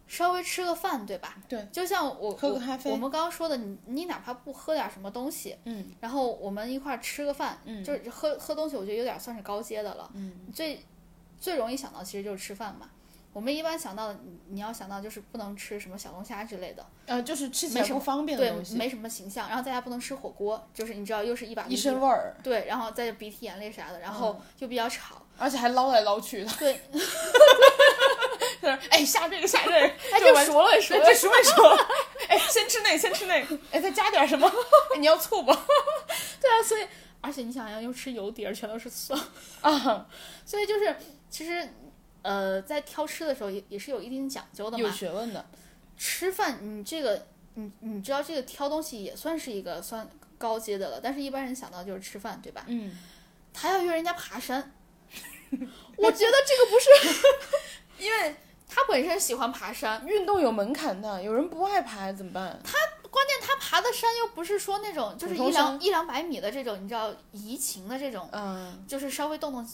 Speaker 1: 稍微吃个饭，对吧？
Speaker 2: 对，
Speaker 1: 就像我
Speaker 2: 喝个
Speaker 1: 我
Speaker 2: 咖啡
Speaker 1: 我们刚刚说的，你你哪怕不喝点什么东西，
Speaker 2: 嗯
Speaker 1: 然后我们一块儿吃个饭，
Speaker 2: 嗯
Speaker 1: 就是喝喝东西，我觉得有点算是高阶的了。
Speaker 2: 嗯，
Speaker 1: 最最容易想到其实就是吃饭嘛。我们一般想到的，你你要想到就是不能吃什么小龙虾之类的，
Speaker 2: 呃，就是吃起
Speaker 1: 没
Speaker 2: 来
Speaker 1: 什
Speaker 2: 不方便的
Speaker 1: 对
Speaker 2: 东，西，
Speaker 1: 没什么形象。然后在家不能吃火锅，就是你知道，又是一把
Speaker 2: 一
Speaker 1: 鼻涕
Speaker 2: 身味嗯儿，
Speaker 1: 对，然后再鼻涕眼泪啥的，然后就比较 吵。
Speaker 2: 而且还捞来捞去的。
Speaker 1: 对，
Speaker 2: 就是哎，下这个下这个，
Speaker 1: 哎，
Speaker 2: 就
Speaker 1: 这
Speaker 2: 完
Speaker 1: 熟了，熟
Speaker 2: 对，
Speaker 1: 了
Speaker 2: 这。熟没熟？哎，先吃那个，先吃那个， 哎，再加点什么？哎，你要醋吧？
Speaker 1: 对啊，所以而且你想想，又吃油碟儿，全都是蒜，
Speaker 2: 啊，
Speaker 1: 所以就是其实呃，在挑吃的时候也也是有一定讲究的
Speaker 2: 有
Speaker 1: 嘛。
Speaker 2: 学问的。
Speaker 1: 吃饭你这个你你知道这个挑东西也算是一个算高阶的了，但是一般人想到就是吃饭，对吧？
Speaker 2: 嗯，
Speaker 1: 他要约人家爬 山，我觉得这个不是， 因为他本身喜欢爬山，
Speaker 2: 嗯运动有门槛的，有人不爱爬怎么办？
Speaker 1: 关键他爬的山又不是说那种就是
Speaker 2: 普
Speaker 1: 一
Speaker 2: 通
Speaker 1: 两
Speaker 2: 山
Speaker 1: 一两百米的这种，你知道移情的这种，
Speaker 2: 嗯，
Speaker 1: 就是稍微动动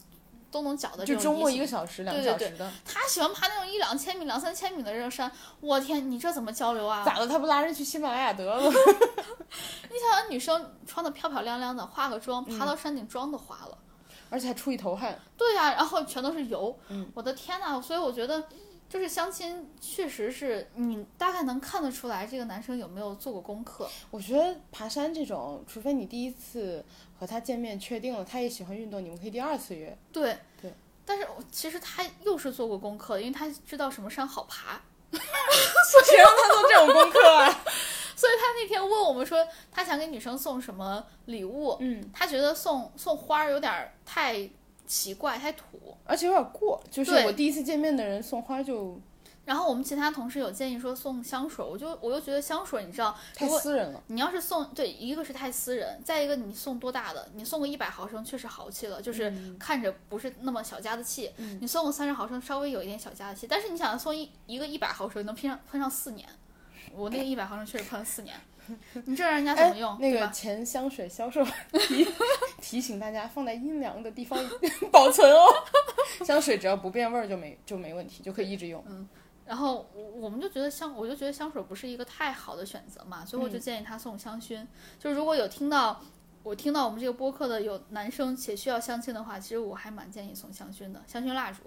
Speaker 1: 动动脚的这
Speaker 2: 就
Speaker 1: 种移情。
Speaker 2: 周末一个小时、两个
Speaker 1: 对
Speaker 2: 小
Speaker 1: 对对
Speaker 2: 时的，
Speaker 1: 他喜欢爬那种一两千米、两三千米的这种山，我天，你这怎么交流啊？
Speaker 2: 咋的？他不拉人去喜马拉雅得了？
Speaker 1: 你想想，女生穿的漂漂亮亮的，化个妆，爬
Speaker 2: 嗯
Speaker 1: 到山顶妆都花了。
Speaker 2: 而且还出一头汗。
Speaker 1: 对呀、然后全都是油，
Speaker 2: 嗯
Speaker 1: 我的天呐！所以我觉得，就是相亲确实是你大概能看得出来这个男生有没有做过功课。
Speaker 2: 我觉得爬山这种，除非你第一次和他见面确定了他也喜欢运动，你们可以第二次约。
Speaker 1: 对
Speaker 2: 对，
Speaker 1: 但是我其实他又是做过功课，因为他知道什么山好爬，
Speaker 2: 谁让 他做这种功课啊？
Speaker 1: 所以他那天问我们说他想给女生送什么礼物，
Speaker 2: 嗯，
Speaker 1: 他觉得送送花儿有点儿太奇怪太土。
Speaker 2: 而且有点过，就是
Speaker 1: 对
Speaker 2: 我第一次见面的人送花就
Speaker 1: 然后我们其他同事有建议说送香水儿，我就我又觉得香水儿你知道，
Speaker 2: 太
Speaker 1: 如果
Speaker 2: 私人了。
Speaker 1: 你要是送对，一个是太私人，再一个你送多大的，你送个一百毫升确实豪气了，就是看着不是那么小家子气。
Speaker 2: 嗯
Speaker 1: 你送个三十毫升稍微有一点小家子气，但是你想送一一个一百毫升能喷上喷上四年，我那个一百毫升确实喷了四 年，你这让人家怎
Speaker 2: 哎
Speaker 1: 么用？，
Speaker 2: 那
Speaker 1: 对
Speaker 2: 个
Speaker 1: 吧？
Speaker 2: 前香水销售提 提醒大家，放在阴凉的地方 保存哦。 香水只要不变味儿就没就没问题，就可以一直用。
Speaker 1: 然后我我们就觉得香，我就觉得香水不是一个太好的选择嘛，所以我就
Speaker 2: 嗯
Speaker 1: 建议他送香薰。就如果有听到我听到我们这个播客的有男生且需要相亲的话，其实我还蛮建议送香薰的，香薰蜡烛。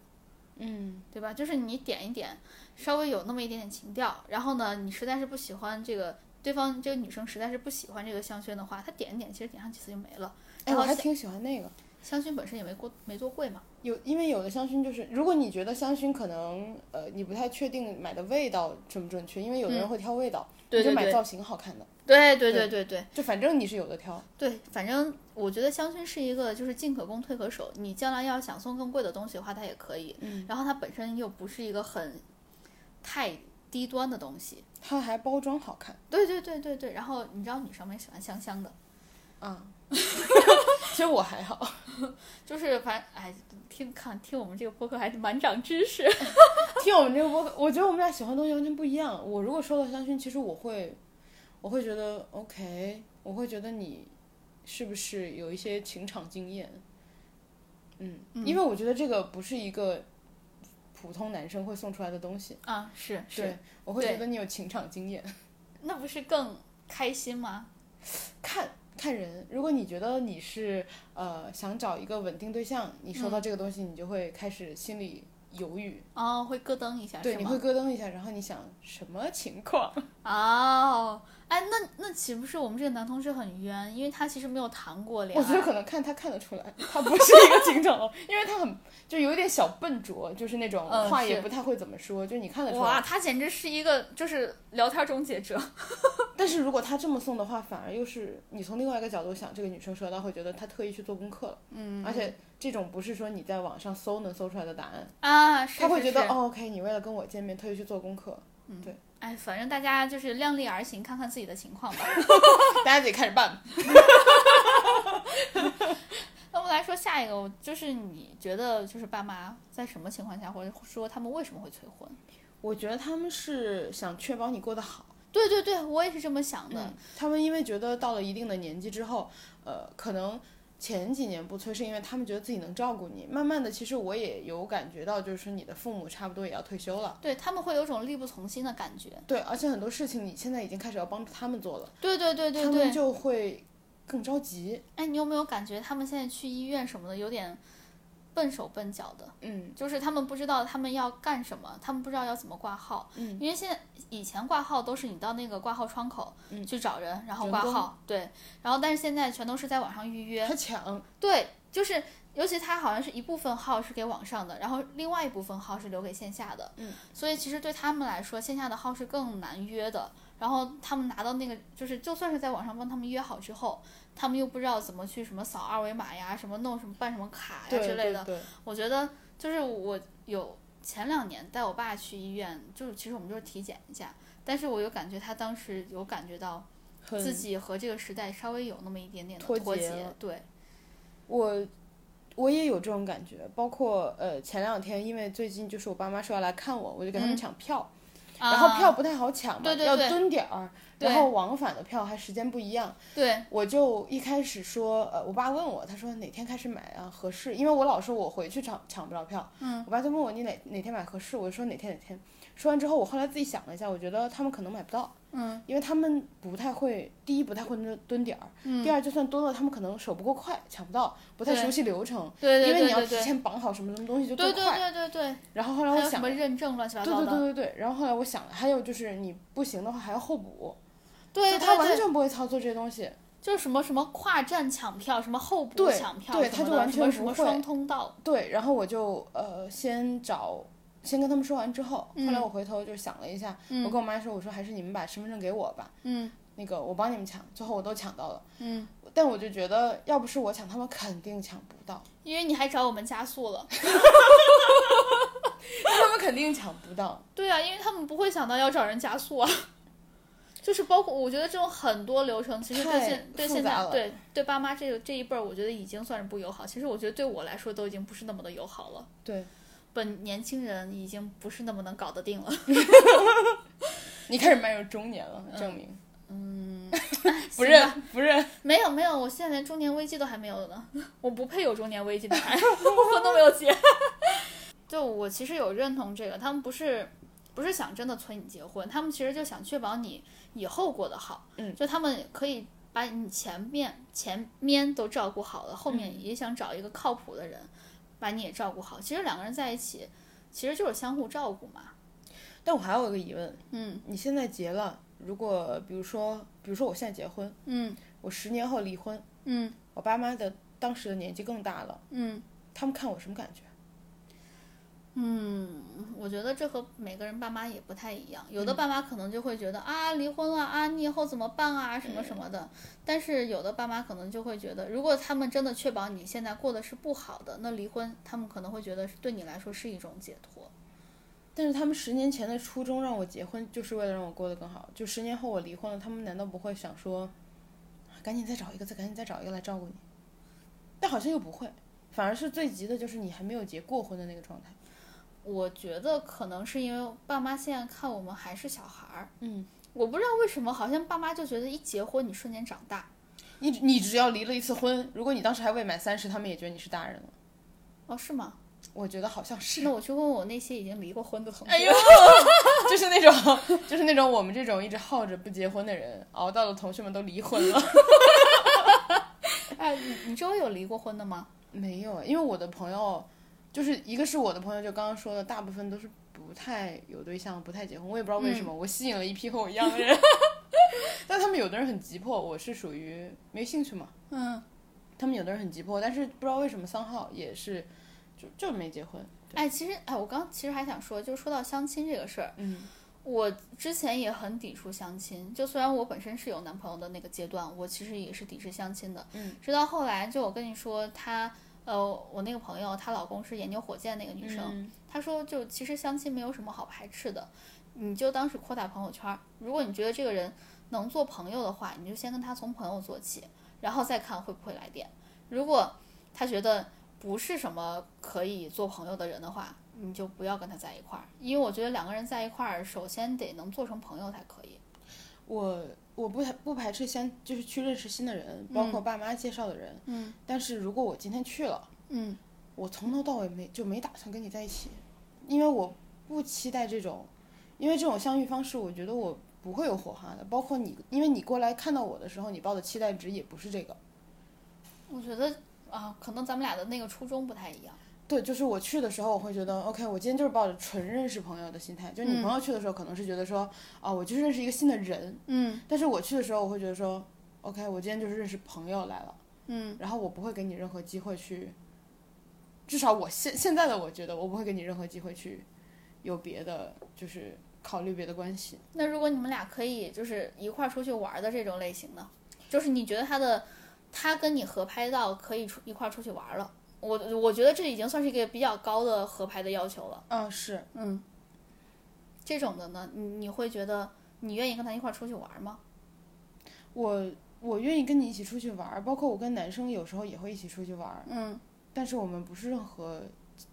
Speaker 2: 嗯，
Speaker 1: 对吧？就是你点一点，稍微有那么一点点情调，然后呢，你实在是不喜欢这个对方这个女生实在是不喜欢这个香薰的话，她点一点，其实点上几次就没了。
Speaker 2: 哎，
Speaker 1: 然
Speaker 2: 我
Speaker 1: 后
Speaker 2: 还
Speaker 1: 香
Speaker 2: 挺喜欢那个。
Speaker 1: 香薰本身也没过没多贵嘛，
Speaker 2: 有，因为有的香薰就是，如果你觉得香薰可能呃你不太确定买的味道准不准确，因为有的人会挑味道，
Speaker 1: 对
Speaker 2: 你就
Speaker 1: 对
Speaker 2: 买
Speaker 1: 对
Speaker 2: 造型好看的，
Speaker 1: 对对对对对
Speaker 2: 就反正你是有的挑。
Speaker 1: 对，反正我觉得香薰是一个就是进可攻退可守，你将来要想送更贵的东西的话，它也可以。
Speaker 2: 嗯，
Speaker 1: 然后它本身又不是一个很太低端的东西。
Speaker 2: 它还包装好看
Speaker 1: 对对对对对，然后你知道女生们喜欢香香的，
Speaker 2: 啊。其实我还好，
Speaker 1: 就是反正哎，听看听我们这个播客还是蛮长知识。
Speaker 2: 听我们这个播客，我觉得我们俩喜欢的东西完全不一样。我如果收到香薰，其实我会，我会觉得 OK，我会觉得你是不是有一些情场经验？嗯，因为我觉得这个不是一个普通男生会送出来的东西。
Speaker 1: 啊，是是，
Speaker 2: 对，我会觉
Speaker 1: 对
Speaker 2: 得你有情场经验。
Speaker 1: 那不是更开心吗？
Speaker 2: 看看人，如果你觉得你是呃想找一个稳定对象，你收
Speaker 1: 嗯
Speaker 2: 到这个东西，你就会开始心里犹豫，
Speaker 1: 哦，会咯噔一下
Speaker 2: 对，
Speaker 1: 是
Speaker 2: 你会
Speaker 1: 吗？
Speaker 2: 咯噔一下，然后你想什么情况？
Speaker 1: 哦，哎，那那岂不是我们这个男同事很冤？因为他其实没有谈过恋
Speaker 2: 我觉得
Speaker 1: 爱。
Speaker 2: 可能看他看得出来，他不是一个情场老，因为他很就有一点小笨拙，就是那种
Speaker 1: 嗯
Speaker 2: 话
Speaker 1: 是
Speaker 2: 也不太会怎么说，就是你看得出
Speaker 1: 哇，
Speaker 2: 来。
Speaker 1: 他简直是一个就是聊天终结 者。
Speaker 2: 但是如果他这么送的话，反而又是你从另外一个角度想，这个女生收到会觉得她特意去做功课了，
Speaker 1: 嗯
Speaker 2: 而且这种不是说你在网上搜能搜出来的答案，
Speaker 1: 啊，是
Speaker 2: 他会觉得
Speaker 1: 是是
Speaker 2: 哦，OK，你为了跟我见面特意去做功课，
Speaker 1: 哎，反正大家就是量力而行，看看自己的情况吧。
Speaker 2: 大家自己看着办。
Speaker 1: 那我们来说下一个，我就是你觉得就是爸妈在什么情况下，或者说他们为什么会催婚？
Speaker 2: 我觉得他们是想确保你过得好。
Speaker 1: 对对对，我也是这么想的。
Speaker 2: 嗯他们因为觉得到了一定的年纪之后，呃，可能前几年不催，是因为他们觉得自己能照顾你。慢慢的，其实我也有感觉到，就是你的父母差不多也要退休了。
Speaker 1: 对他们会有种力不从心的感觉。
Speaker 2: 对，而且很多事情你现在已经开始要帮他们做了，
Speaker 1: 对对对对
Speaker 2: 他们
Speaker 1: 对。
Speaker 2: 就会更着急。
Speaker 1: 哎，你有没有感觉他们现在去医院什么的有点笨手笨脚的？
Speaker 2: 嗯
Speaker 1: 就是他们不知道他们要干什么，他们不知道要怎么挂号，
Speaker 2: 嗯，
Speaker 1: 因为现在以前挂号都是你到那个挂号窗口
Speaker 2: 嗯
Speaker 1: 去找人，然后
Speaker 2: 人
Speaker 1: 挂
Speaker 2: 工
Speaker 1: 号，对，然后但是现在全都是在网上预 约，
Speaker 2: 他抢，
Speaker 1: 对，就是尤其它好像是一部分号是给网上的，然后另外一部分号是留给线下的。
Speaker 2: 嗯，
Speaker 1: 所以其实对他们来说，线下的号是更难约的。然后他们拿到那个，就是就算是在网上帮他们约好之后，他们又不知道怎么去什么扫二维码呀，什么弄什么办什么卡呀
Speaker 2: 对
Speaker 1: 之类的。
Speaker 2: 对对
Speaker 1: 我觉得就是我有前两年带我爸去医院，就是其实我们就是体检一下，但是我有感觉他当时有感觉到
Speaker 2: 很
Speaker 1: 自己和这个时代稍微有那么一点点的
Speaker 2: 脱
Speaker 1: 脱
Speaker 2: 节
Speaker 1: 节
Speaker 2: 了
Speaker 1: 对，
Speaker 2: 我我也有这种感觉，包括呃前两天，因为最近就是我爸妈说要来看我，我就给他们
Speaker 1: 嗯
Speaker 2: 抢票，
Speaker 1: 然
Speaker 2: 然后票不太好抢嘛，
Speaker 1: 啊对对对
Speaker 2: 要蹲点儿，
Speaker 1: 对
Speaker 2: 然后往返的票还时间不一样，
Speaker 1: 对，
Speaker 2: 我就一开始说，呃，我爸问我，他说哪天开始买啊合适，因为我老说我回去抢抢不着票，
Speaker 1: 嗯，
Speaker 2: 我爸就问我你哪哪天买合适，我就说哪天哪天，说完之后，我后来自己想了一下，我觉得他们可能买不到，
Speaker 1: 嗯
Speaker 2: 因为他们不太会，第一不太会蹲蹲点儿，
Speaker 1: 嗯，
Speaker 2: 第二就算蹲了，他们可能手不够快，抢不到，不太
Speaker 1: 对
Speaker 2: 熟悉流程。
Speaker 1: 对对
Speaker 2: 因为你
Speaker 1: 对
Speaker 2: 要
Speaker 1: 对
Speaker 2: 提
Speaker 1: 对，
Speaker 2: 前绑好什么什么东西就
Speaker 1: 对
Speaker 2: 更
Speaker 1: 对对
Speaker 2: 快。
Speaker 1: 对对，
Speaker 2: 然后后来
Speaker 1: 还
Speaker 2: 我
Speaker 1: 有什
Speaker 2: 想，
Speaker 1: 么
Speaker 2: 对
Speaker 1: 认证乱七八
Speaker 2: 对
Speaker 1: 糟
Speaker 2: 对
Speaker 1: 的，
Speaker 2: 对对，然后后来我想，还有就是你不行的话还要候补，
Speaker 1: 对
Speaker 2: 就他
Speaker 1: 对
Speaker 2: 完
Speaker 1: 对，
Speaker 2: 全不会操作这些东西。
Speaker 1: 就是什么什么跨站抢票，什么候补
Speaker 2: 对
Speaker 1: 抢票什么
Speaker 2: 对
Speaker 1: 的，
Speaker 2: 他就完全
Speaker 1: 什么
Speaker 2: 不
Speaker 1: 什么双
Speaker 2: 会
Speaker 1: 通道，
Speaker 2: 对，然后我就呃先找，先跟他们说完之后，后来
Speaker 1: 嗯
Speaker 2: 我回头就想了一下，我
Speaker 1: 嗯
Speaker 2: 跟我妈说，我说还是你们把身份证给我吧，
Speaker 1: 嗯
Speaker 2: 那个我帮你们抢，最后我都抢到了，
Speaker 1: 嗯，
Speaker 2: 但我就觉得要不是我抢，他们肯定抢不 到，
Speaker 1: 因为你还找我们加速了，
Speaker 2: 他们肯定抢不到。
Speaker 1: 对啊，因为他们不会想到要找人加速啊。 就是包括，我觉得这种很多流程，其实对
Speaker 2: 太
Speaker 1: 现对
Speaker 2: 复
Speaker 1: 现
Speaker 2: 杂
Speaker 1: 在
Speaker 2: 了
Speaker 1: 对对爸妈这个这一辈儿，我觉得已经算是不友好。其实我觉得对我来说都已经不是那么的友好了。
Speaker 2: 对，
Speaker 1: 本年轻人已经不是那么能搞得定了。
Speaker 2: 你开始迈入中年了，证明、 不
Speaker 1: 嗯行吧
Speaker 2: 认不认。
Speaker 1: 没有没有，我现在连中年危机都还没有呢， 我不配有中年危机的孩子，我婚都没有结。 就我其实有认同这个，他们不是不是想真的催你结婚，他们其实就想确保你以后过得好，
Speaker 2: 嗯
Speaker 1: 就他们可以把你前面前面都照顾好了，后面也想找一个靠谱的人、把你也照顾好。其实两个人在一起，其实就是相互照顾嘛。
Speaker 2: 但我还有一个疑问，
Speaker 1: 嗯
Speaker 2: 你现在结了，如果比如说，比如说我现在结婚，
Speaker 1: 嗯
Speaker 2: 我十年后离婚，
Speaker 1: 嗯
Speaker 2: 我爸妈的当时的年纪更大了，
Speaker 1: 嗯
Speaker 2: 他们看我什么感觉？
Speaker 1: 嗯，我觉得这和每个人爸妈也不太一样，
Speaker 2: 嗯
Speaker 1: 有的爸妈可能就会觉得、啊离婚了啊你以后怎么办啊什么什么的，
Speaker 2: 嗯
Speaker 1: 但是有的爸妈可能就会觉得，如果他们真的确保你现在过得是不好的，那离婚他们可能会觉得是对你来说是一种解脱。
Speaker 2: 但是他们十年前的初衷让我结婚，就是为了让我过得更好。就十年后我离婚了，他们难道不会想说，赶紧再找一个，再赶紧再找一个来照顾你？但好像又不会，反而是最急的就是你还没有结过婚的那个状态。
Speaker 1: 我觉得可能是因为爸妈现在看我们还是小孩儿，
Speaker 2: 嗯，
Speaker 1: 我不知道为什么，好像爸妈就觉得一结婚你瞬间长大。
Speaker 2: 你你只要离了一次婚，如果你当时还未满三十，他们也觉得你是大人了。
Speaker 1: 哦，是吗？
Speaker 2: 我觉得好像哦是。
Speaker 1: 那我去问问我那些已经离过婚的同 学。
Speaker 2: 哎呦，就是那种，就是那种我们这种一直耗着不结婚的人，熬到了同学们都离婚了。
Speaker 1: 哎，你你周围有离过婚的吗？
Speaker 2: 没有，因为我的朋友，就是一个是我的朋友，就刚刚说的，大部嗯 分都是不太有对象、不太结婚。我也不知道为什么，我吸引了一批和我一样的人。但他们有的人很急迫，我是属于没兴趣嘛。
Speaker 1: 嗯，
Speaker 2: 他们有的人很急迫，但是不知道为什么三号也是就就没结婚。
Speaker 1: 哎，其实哎，我刚其实还想说，就说到相亲这个事儿，
Speaker 2: 嗯
Speaker 1: 我之前也很抵触相亲，就虽然我本身是有男朋友的那个阶段，我其实也是抵制相亲的。
Speaker 2: 嗯，
Speaker 1: 直到后来，就我跟你说，她呃，我那个朋友，她老公是研究火箭那个女生，
Speaker 2: 嗯
Speaker 1: 她说就其实相亲没有什么好排斥的，你就当是扩大朋友圈儿。如果你觉得这个人能做朋友的话，你就先跟他从朋友做起，然后再看会不会来电。如果他觉得不是什么可以做朋友的人的话，你就不要跟他在一块儿，因为我觉得两个人在一块儿，首先得能做成朋友才可以。
Speaker 2: 我我不排不排斥先就是去认识新的人，包括爸妈介绍的人。
Speaker 1: 嗯
Speaker 2: 但是如果我今天去了，
Speaker 1: 嗯
Speaker 2: 我从头到尾没就没打算跟你在一起，因为我不期待这种，因为这种相遇方式，我觉得我不会有火花的。包括你，因为你过来看到我的时候，你抱的期待值也不是这个。
Speaker 1: 我觉得啊，可能咱们俩的那个初衷不太一样。
Speaker 2: 对，就是我去的时候，我会觉得 OK，我今天就是抱着纯认识朋友的心态。就是你朋友去的时候，可能是觉得说啊、我就是认识一个新的人，
Speaker 1: 嗯
Speaker 2: 但是我去的时候，我会觉得说 OK，我今天就是认识朋友来了，
Speaker 1: 嗯
Speaker 2: 然后我不会给你任何机会去，至少我现现在的我觉得我不会给你任何机会去有别的，就是考虑别的关系。
Speaker 1: 那如果你们俩可以就是一块儿出去玩儿的这种类型呢，就是你觉得他的他跟你合拍到可以出一块儿出去玩儿了，我我觉得这已经算是一个比较高的合拍的要求了。
Speaker 2: 嗯，是
Speaker 1: 嗯，这种的呢，你你会觉得你愿意跟他一块儿出去玩儿吗？
Speaker 2: 我我愿意跟你一起出去玩儿，包括我跟男生有时候也会一起出去玩儿，
Speaker 1: 嗯，
Speaker 2: 但是我们不是任何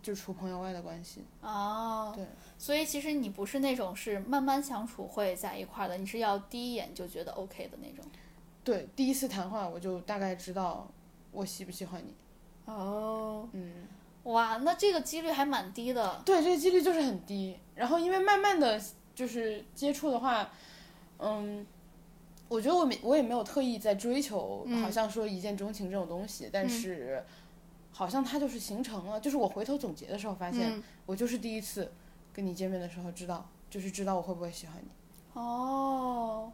Speaker 2: 就除朋友外的关系。
Speaker 1: 哦，
Speaker 2: 对，
Speaker 1: 所以其实你不是那种是慢慢相处会在一块儿的，你是要第一眼就觉得 OK 的那种。
Speaker 2: 对，第一次谈话我就大概知道我喜不喜欢你。
Speaker 1: 哦，
Speaker 2: 嗯，
Speaker 1: 哇，那这个几率还蛮低的。
Speaker 2: 对，这个几率就是很低。然后因为慢慢的就是接触的话，嗯，我觉得我没我也没有特意在追求，
Speaker 1: 嗯
Speaker 2: 好像说一见钟情这种东西，但是好像它就是形成了。就是我回头总结的时候发现，
Speaker 1: 嗯
Speaker 2: 我就是第一次跟你见面的时候知道，就是知道我会不会喜欢你。
Speaker 1: 哦，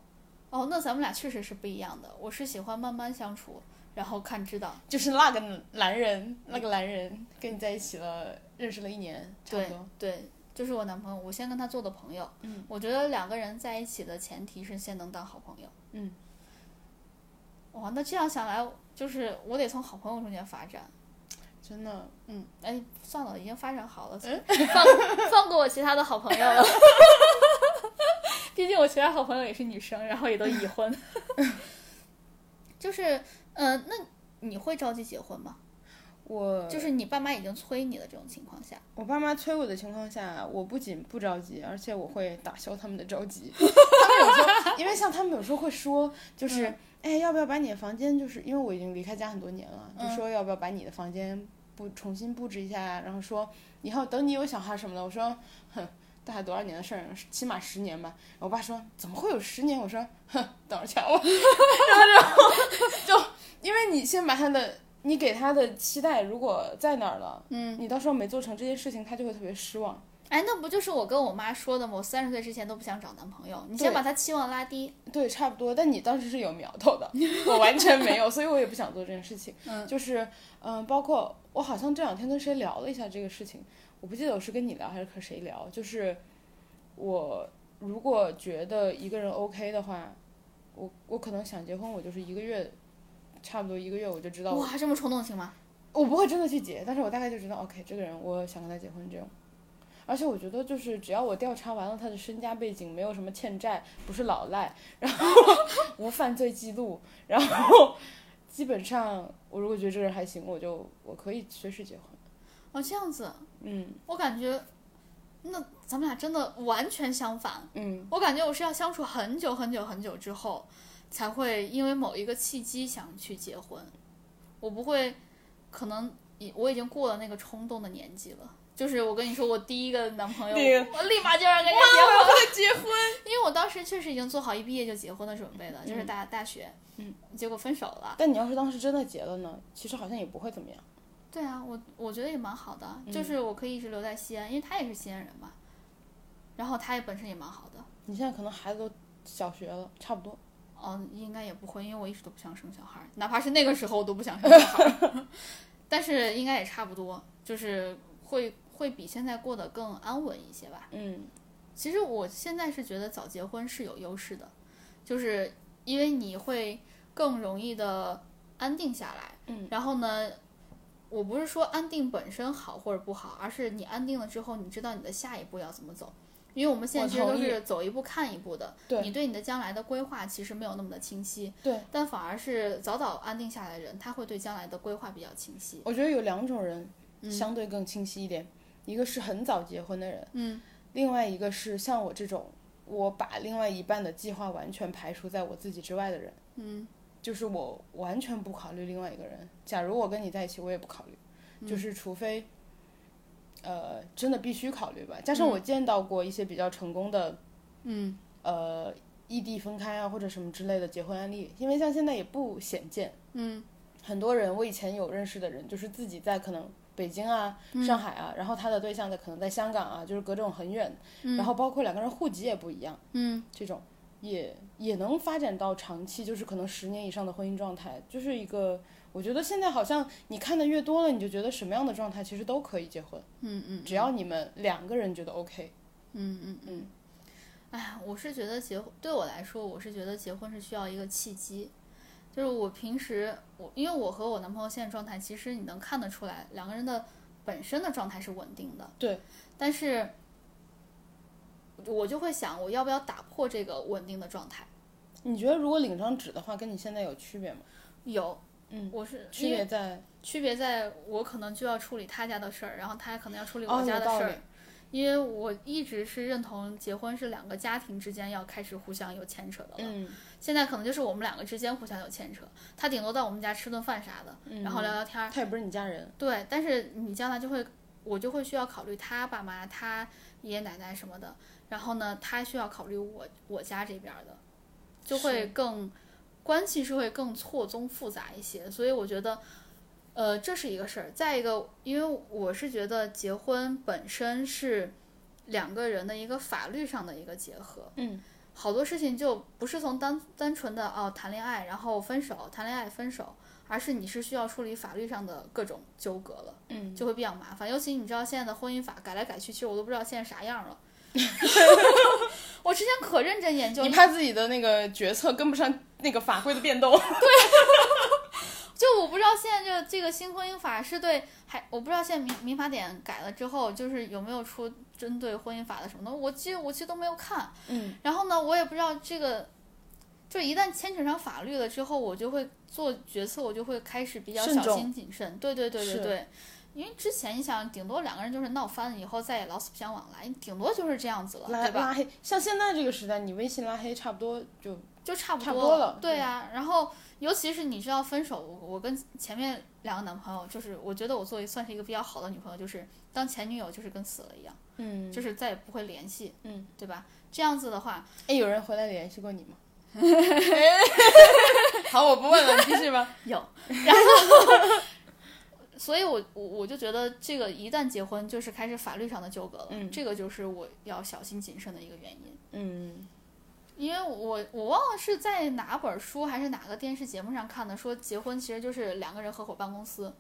Speaker 1: 哦，那咱们俩确实是不一样的。我是喜欢慢慢相处，然后看知道。
Speaker 2: 就是那个男人，那个男人跟你在一起了，认识了一年，差不
Speaker 1: 对
Speaker 2: 多。
Speaker 1: 对，就是我男朋友，我先跟他做的朋友。
Speaker 2: 嗯，
Speaker 1: 我觉得两个人在一起的前提是先能当好朋友。
Speaker 2: 嗯，
Speaker 1: 哇，那这样想来，就是我得从好朋友中间发展。
Speaker 2: 真的，
Speaker 1: 嗯，哎，算了，已经发展好了，
Speaker 2: 嗯
Speaker 1: 放 放过我其他的好朋友了。 毕竟我其他好朋友也是女生，然后也都已婚。 就是，嗯、那你会着急结婚吗？
Speaker 2: 我
Speaker 1: 就是你爸妈已经催你的这种情况下，
Speaker 2: 我爸妈催我的情况下，我不仅不着急，而且我会打消他们的着急。 他们有时候，因为像他们有时候会说，就是、哎，要不要把你的房间，就是因为我已经离开家很多年了，就
Speaker 1: 嗯
Speaker 2: 说要不要把你的房间布重新布置一下，啊然后说以后等你有小孩什么的，我说哼。大概多少年的事儿，起码十年吧。我爸说怎么会有十年？我说哼，等着瞧吧。然 后，然后就因为你先把他的，你给他的期待如果在那儿了，
Speaker 1: 嗯，
Speaker 2: 你到时候没做成这件事情，他就会特别失望。
Speaker 1: 哎，那不就是我跟我妈说的吗？我三十岁之前都不想找男朋友，你先
Speaker 2: 对
Speaker 1: 把他期望拉低。
Speaker 2: 对，差不多。但你当时是有苗头的，我完全没有，所以我也不想做这件事情。
Speaker 1: 嗯
Speaker 2: 就是嗯、包括我好像这两天跟谁聊了一下这个事情，我不记得我是跟你聊还是和谁聊，就是我如果觉得一个人 OK 的话，我我可能想结婚，我就是一个月，差不多一个月我就知道我
Speaker 1: 哇，这么冲动性吗？
Speaker 2: 我不会真的去结，但是我大概就知道，OK，这个人我想跟他结婚这种。而且我觉得，就是只要我调查完了他的身家背景，没有什么欠债，不是老赖，然后 无犯罪记录，然后基本上我如果觉得这个人还行，我就我可以随时结婚。
Speaker 1: 哦，这样子，
Speaker 2: 嗯
Speaker 1: 我感觉，那咱们俩真的完全相反。
Speaker 2: 嗯，
Speaker 1: 我感觉我是要相处很久很久很久之后，才会因为某一个契机想去结婚。我不会，可能已我已经过了那个冲动的年纪了。就是我跟你说，我第一个男朋友，
Speaker 2: 那个
Speaker 1: 我立马就让人家结婚。
Speaker 2: 结婚
Speaker 1: 因为我当时确实已经做好一毕业就结婚的准备了，就是大大学，
Speaker 2: 嗯，
Speaker 1: 结果分手了。
Speaker 2: 但你要是当时真的结了呢，其实好像也不会怎么样。
Speaker 1: 对啊，我我觉得也蛮好的，就是我可以一直留在西安，因为他也是西安人嘛，然后他也本身也蛮好的。
Speaker 2: 你现在可能孩子都小学了，差不多。
Speaker 1: 嗯，应该也不会，因为我一直都不想生小孩儿，哪怕是那个时候我都不想生小孩儿。 但是应该也差不多，就是会会比现在过得更安稳一些吧。
Speaker 2: 嗯，
Speaker 1: 其实我现在是觉得早结婚是有优势的，就是因为你会更容易的安定下来。
Speaker 2: 嗯，
Speaker 1: 然后呢，我不是说安定本身好或者不好，而是你安定了之后，你知道你的下一步要怎么走。因为我们现在
Speaker 2: 我
Speaker 1: 其实都
Speaker 2: 同意
Speaker 1: 是走一步看一步的，
Speaker 2: 对
Speaker 1: 你对你的将来的规划其实没有那么的清晰，
Speaker 2: 对，
Speaker 1: 但反而是早早安定下来的人，他会对将来的规划比较清晰。
Speaker 2: 我觉得有两种人
Speaker 1: 嗯
Speaker 2: 相对更清晰一点，一个是很早结婚的人，
Speaker 1: 嗯，
Speaker 2: 另外一个是像我这种，我把另外一半的计划完全排除在我自己之外的人。
Speaker 1: 嗯，
Speaker 2: 就是我完全不考虑另外一个人。假如我跟你在一起，我也不考虑，
Speaker 1: 嗯
Speaker 2: 就是除非，呃，真的必须考虑吧。加上我见到过一些比较成功的，
Speaker 1: 嗯，
Speaker 2: 呃，异地分开啊或者什么之类的结婚案例，因为像现在也不鲜见。
Speaker 1: 嗯，
Speaker 2: 很多人我以前有认识的人，就是自己在可能。北京啊，
Speaker 1: 嗯
Speaker 2: 上海啊，然后他的对象在可能在香港啊，就是隔这种很远，然后包括两个人户籍也不一样，
Speaker 1: 嗯，
Speaker 2: 这种也也能发展到长期，就是可能十年以上的婚姻状态，就是一个我觉得现在好像你看的越多了，你就觉得什么样的状态其实都可以结婚，
Speaker 1: 嗯嗯，
Speaker 2: 只要你们两个人觉得 OK，嗯
Speaker 1: 哎呀，我是觉得结婚对我来说，我是觉得结婚是需要一个契机。就是我平时我，因为我和我男朋友现在状态，其实你能看得出来，两个人的本身的状态是稳定的。
Speaker 2: 对。
Speaker 1: 但是，我就会想，我要不要打破这个稳定的状态？
Speaker 2: 你觉得如果领张纸的话，跟你现在有区别吗？
Speaker 1: 有，
Speaker 2: 嗯，
Speaker 1: 我是
Speaker 2: 区
Speaker 1: 因为
Speaker 2: 别在
Speaker 1: 区别在我可能就要处理他家的事儿，然后他可能要处理
Speaker 2: 哦
Speaker 1: 我
Speaker 2: 有
Speaker 1: 家的
Speaker 2: 道
Speaker 1: 事儿。
Speaker 2: 理
Speaker 1: 因为我一直是认同结婚是两个家庭之间要开始互相有牵扯的了，
Speaker 2: 嗯
Speaker 1: 现在可能就是我们两个之间互相有牵扯，他顶多到我们家吃顿饭啥的，
Speaker 2: 嗯，
Speaker 1: 然后聊聊天儿。
Speaker 2: 他也不是你家人，
Speaker 1: 对，但是你将来就会，我就会需要考虑他爸妈、他爷爷奶奶什么的，然后呢，他需要考虑我我家这边儿的，就会更关系是会更错综复杂一些，所以我觉得。呃，这是一个事儿。再一个，因为我是觉得结婚本身是两个人的一个法律上的一个结合，
Speaker 2: 嗯，
Speaker 1: 好多事情就不是从单单纯的哦谈恋爱然后分手，谈恋爱分手，而是你是需要处理法律上的各种纠葛了，
Speaker 2: 嗯，
Speaker 1: 就会比较麻烦。尤其你知道现在的婚姻法改来改去，其实我都不知道现在啥样了。 我之前可认真研究
Speaker 2: 你，怕自己的那个决策跟不上那个法规的变动，
Speaker 1: 就我不知道现在这个这个新婚姻法是对还我不知道现在民民法典改了之后，就是有没有出针对婚姻法的什么东西，我其实我其实都没有看。
Speaker 2: 嗯，
Speaker 1: 然后呢，我也不知道这个，就一旦牵扯上法律了之后，我就会做决策，我就会开始比较
Speaker 2: 慎
Speaker 1: 小
Speaker 2: 重
Speaker 1: 心谨慎。对对对
Speaker 2: 是
Speaker 1: 对对，因为之前你想，顶多两个人就是闹翻了，以后再也老死不相往来，顶多就是这样子了，
Speaker 2: 拉
Speaker 1: 对吧？
Speaker 2: 拉黑，像现在这个时代，你微信拉黑差不多就
Speaker 1: 就差不
Speaker 2: 差不
Speaker 1: 多
Speaker 2: 多了
Speaker 1: 对啊，然后尤其是你知道分手，我我跟前面两个男朋友，就是我觉得我作为算是一个比较好的女朋友，就是当前女友就是跟死了一样，
Speaker 2: 嗯，
Speaker 1: 就是再也不会联系，
Speaker 2: 嗯，
Speaker 1: 对吧？这样子的话，
Speaker 2: 哎，有人回来联系过 你吗？好，我不问了，你继续吧。
Speaker 1: 有，然后，所以我我我就觉得这个一旦结婚，就是开始法律上的纠葛了，
Speaker 2: 嗯
Speaker 1: 这个就是我要小心谨慎的一个原因。
Speaker 2: 嗯，
Speaker 1: 因为我我忘了是在哪本书还是哪个电视节目上看的，说结婚其实就是两个人合伙办公司。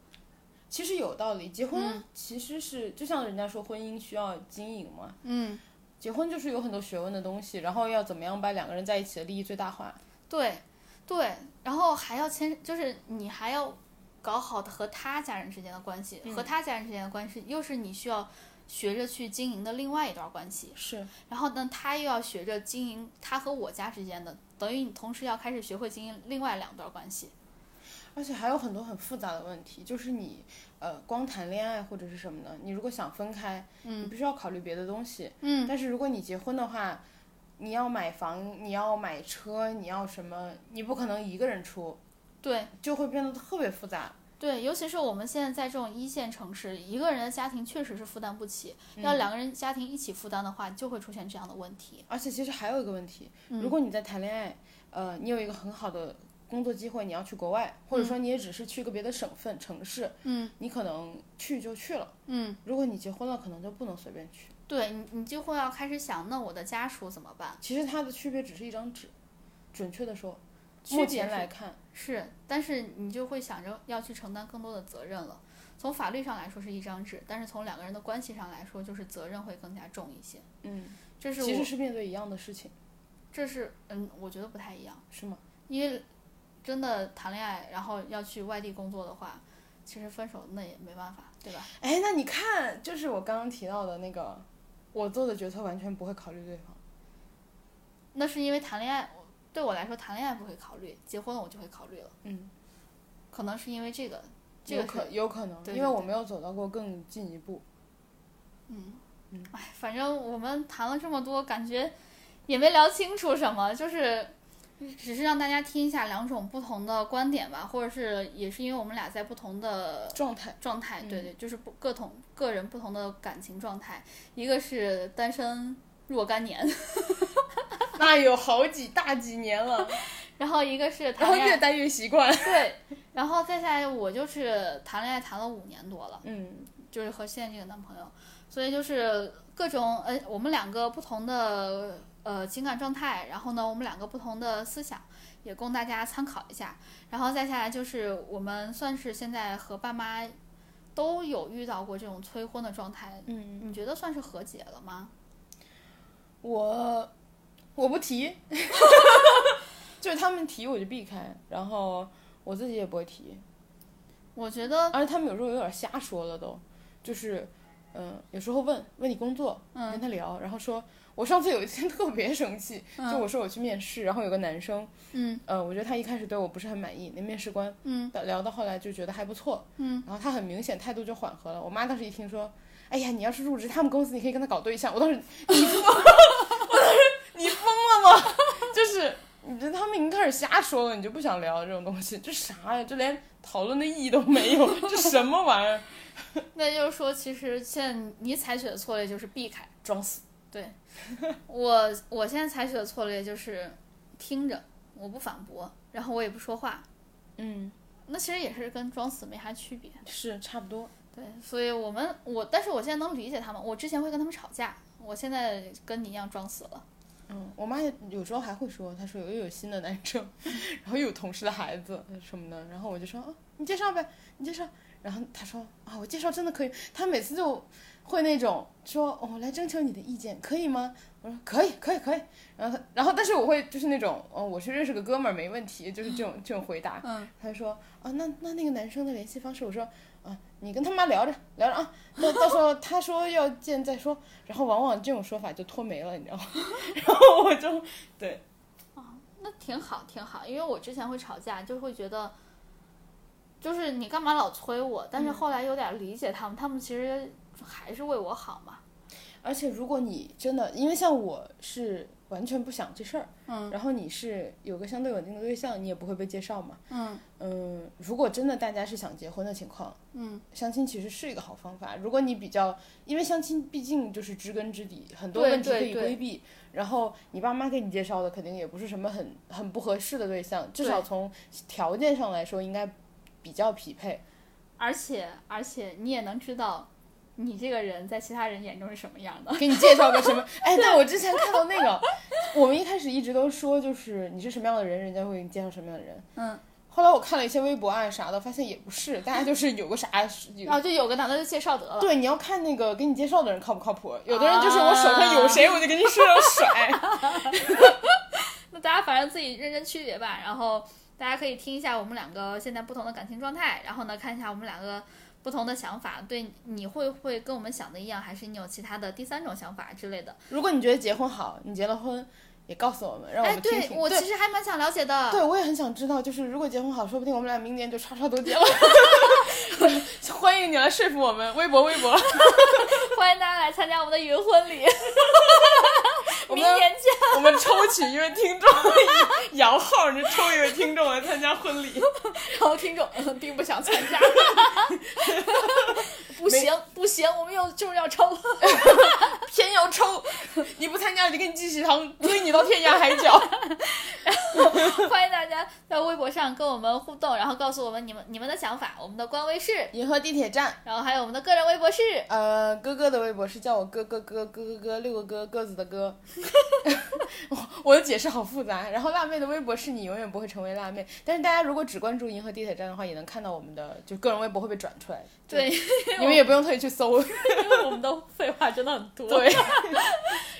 Speaker 2: 其实有道理，结婚其实是、就像人家说婚姻需要经营嘛，
Speaker 1: 嗯，
Speaker 2: 结婚就是有很多学问的东西，然后要怎么样把两个人在一起的利益最大化。
Speaker 1: 对对，然后还要牵，就是你还要搞好和他家人之间的关系，
Speaker 2: 嗯
Speaker 1: 和他家人之间的关系又是你需要学着去经营的另外一段关系。
Speaker 2: 是，
Speaker 1: 然后呢，他又要学着经营他和我家之间的，等于你同时要开始学会经营另外两段关系。
Speaker 2: 而且还有很多很复杂的问题，就是你呃光谈恋爱或者是什么的，你如果想分开，你必须要考虑别的东西。
Speaker 1: 嗯，
Speaker 2: 但是如果你结婚的话，你要买房，你要买车，你要什么，你不可能一个人出，
Speaker 1: 对
Speaker 2: 就会变得特别复杂。
Speaker 1: 对，尤其是我们现在在这种一线城市，一个人的家庭确实是负担不起，
Speaker 2: 嗯
Speaker 1: 要两个人家庭一起负担的话，就会出现这样的问题。
Speaker 2: 而且其实还有一个问题，
Speaker 1: 嗯
Speaker 2: 如果你在谈恋爱，呃，你有一个很好的工作机会，你要去国外，或者说你也只是去一个别的省份、城市，
Speaker 1: 嗯，
Speaker 2: 你可能去就去了。
Speaker 1: 嗯，
Speaker 2: 如果你结婚了，可能就不能随便去。
Speaker 1: 对你，你就会要开始想，那我的家属怎么办？
Speaker 2: 其实它的区别只是一张纸，准确的说，
Speaker 1: 区
Speaker 2: 目
Speaker 1: 别
Speaker 2: 前
Speaker 1: 是
Speaker 2: 来看，
Speaker 1: 是，但是你就会想着要去承担更多的责任了。从法律上来说是一张纸，但是从两个人的关系上来说，就是责任会更加重一些。
Speaker 2: 嗯，
Speaker 1: 这是
Speaker 2: 其实
Speaker 1: 我，
Speaker 2: 是面对一样的事情，
Speaker 1: 这是嗯，我觉得不太一样，
Speaker 2: 是吗？
Speaker 1: 因为真的谈恋爱，然后要去外地工作的话，其实分手那也没办法，对吧？
Speaker 2: 哎，那你看，就是我刚刚提到的那个，我做的决策完全不会考虑对方。
Speaker 1: 那是因为谈恋爱，对我来说谈恋爱不会考虑，结婚了我就会考虑了。
Speaker 2: 嗯，
Speaker 1: 可能是因为这个，这
Speaker 2: 有
Speaker 1: 个
Speaker 2: 可
Speaker 1: 是
Speaker 2: 有可能，
Speaker 1: 对
Speaker 2: 因为
Speaker 1: 对
Speaker 2: 我
Speaker 1: 对
Speaker 2: 没有走到过更进一步。
Speaker 1: 嗯
Speaker 2: 嗯，
Speaker 1: 哎，反正我们谈了这么多，感觉也没聊清楚什么，就是只是让大家听一下两种不同的观点吧，或者是也是因为我们俩在不同的
Speaker 2: 状 态，
Speaker 1: 状态，对
Speaker 2: 嗯
Speaker 1: 对，就是不各同个人不同的感情状态，一个是单身若干年，
Speaker 2: 那有好几大几年了，
Speaker 1: 然后一个是
Speaker 2: 然
Speaker 1: 谈
Speaker 2: 后
Speaker 1: 恋
Speaker 2: 越
Speaker 1: 爱，
Speaker 2: 待越习惯。
Speaker 1: 对，然后再下来我就是谈恋爱谈了五年多了。
Speaker 2: 嗯，
Speaker 1: 就是和现在这个男朋友，所以就是各种呃，我们两个不同的呃情感状态，然后呢，我们两个不同的思想，也供大家参考一下。然后再下来就是我们算是现在和爸妈都有遇到过这种催婚的状态，
Speaker 2: 嗯，
Speaker 1: 你觉得算是和解了吗？
Speaker 2: 我我不 提，就是他们提我就避开，然后我自己也不会提，
Speaker 1: 我觉得，
Speaker 2: 而且他们有时候有点瞎说了都，就是嗯、有时候问问你工作，跟
Speaker 1: 嗯
Speaker 2: 他聊，然后说我上次有一天 特别生气，就
Speaker 1: 嗯
Speaker 2: 我说我去面试，然后有个男生，
Speaker 1: 嗯
Speaker 2: 呃，我觉得他一开始对我不是很满意，那面试官
Speaker 1: 嗯
Speaker 2: 聊到后来就觉得还不错，
Speaker 1: 嗯，
Speaker 2: 然后他很明显态度就缓和了。我妈当时一听说，哎呀，你要是入职他们公司，你可以跟他搞对象。我当时，你 疯，我当时你疯了吗？ 就是你这他们已经开始瞎说了，你就不想聊这种东西，这啥呀？这连讨论的意义都没有，这什么玩意儿？
Speaker 1: 那就是说，其实现在你采取的策略就是避开。
Speaker 2: 装死。
Speaker 1: 对，我我现在采取的策略就是听着，我不反驳，然后我也不说话。
Speaker 2: 嗯，
Speaker 1: 那其实也是跟装死没啥区别。
Speaker 2: 是差不多。
Speaker 1: 对，所以我们我，但是我现在能理解他们。我之前会跟他们吵架，我现在跟你一样装死了。
Speaker 2: 嗯，我妈也有时候还会说，她说又有新的男生， 然后又有同事的孩子呃什么的，然后我就说啊，你介绍呗，你介绍。然后她说啊，我介绍真的可以。她每次就会那种说，哦我、来征求你的意见，可以吗？我说可以，可以，可以。然后她，然后但是我会就是那种，哦，我去认识个哥们儿没问题，就是这种这种回答。
Speaker 1: 嗯，
Speaker 2: 他说啊，那那那个男生的联系方式，我说啊，你跟他妈聊着聊着啊，到到时候他说要见再说，然后往往这种说法就拖没了，你知道吗？然后我就对，
Speaker 1: 那挺好，挺好。因为我之前会吵架，就会觉得，就是你干嘛老催我？但是后来有点理解他们，他们其实还是为我好嘛。
Speaker 2: 而且如果你真的，因为像我是完全不想这事儿，
Speaker 1: 嗯
Speaker 2: 然后你是有个相对稳定的对象，你也不会被介绍嘛，
Speaker 1: 嗯
Speaker 2: 嗯，如果真的大家是想结婚的情况，
Speaker 1: 嗯，
Speaker 2: 相亲其实是一个好方法。如果你比较，因为相亲毕竟就是知根知底，很多
Speaker 1: 对
Speaker 2: 问题可
Speaker 1: 对
Speaker 2: 以
Speaker 1: 对
Speaker 2: 规避。然后你爸妈给你介绍的肯定也不是什么很很不合适的对象，至少
Speaker 1: 对
Speaker 2: 从条件上来说应该比较匹配。
Speaker 1: 而且而且你也能知道，你这个人在其他人眼中是什么样的。
Speaker 2: 给你介绍个 什么？哎，对我之前看到那个，我们一开始一直都说就是你是什么样的人，人家会给你介绍什么样的人。
Speaker 1: 嗯。
Speaker 2: 后来我看了一些微博啊啥的，发现也不是，大家就是有个啥，有
Speaker 1: 然后就有个男的就介绍得了。
Speaker 2: 对，你要看那个给你介绍的人靠不靠谱。有的人就是
Speaker 1: 啊
Speaker 2: 我手上有谁，我就给你手上甩。
Speaker 1: 那大家反正自己认真区别吧。然后大家可以听一下我们两个现在不同的感情状态，然后呢看一下我们两个不同的想法，对你会不会跟我们想的一样，还是你有其他的第三种想法之类的？
Speaker 2: 如果你觉得结婚好，你结了婚也告诉我们，让我
Speaker 1: 哎，
Speaker 2: 们听
Speaker 1: 对
Speaker 2: 听。
Speaker 1: 我
Speaker 2: 对
Speaker 1: 其实还蛮想了解的。
Speaker 2: 对我也很想知道，就是如果结婚好，说不定我们俩明年就叉叉都 结了。 欢迎你来说服我们，微博微博，
Speaker 1: 欢迎大家来参加我们的云婚礼，
Speaker 2: 我
Speaker 1: 明
Speaker 2: 们
Speaker 1: 年见。
Speaker 2: 我们抽取一位听众，摇号，你就抽一位听众来参加婚礼。
Speaker 1: 然后听众嗯并不想参加， 不行不行，我们又就是要抽。
Speaker 2: 偏要抽，你不参加我就给你寄喜糖，追你到天涯海角。
Speaker 1: 欢迎大家在微博上跟我们互动，然后告诉我们你们你们的想法。我们的官微是
Speaker 2: 银河地铁站。
Speaker 1: 然后还有我们的个人微博是，
Speaker 2: 呃，哥哥的微博是叫我哥哥哥哥哥哥六个哥鸽子的哥，我的解释好复杂。然后辣妹的微博是你永远不会成为辣妹，但是大家如果只关注银河地铁站的话，也能看到我们的就个人微博会被转出来，
Speaker 1: 对，
Speaker 2: 你们也不用特意去搜。
Speaker 1: 因为我们的废话真的很多。
Speaker 2: 对，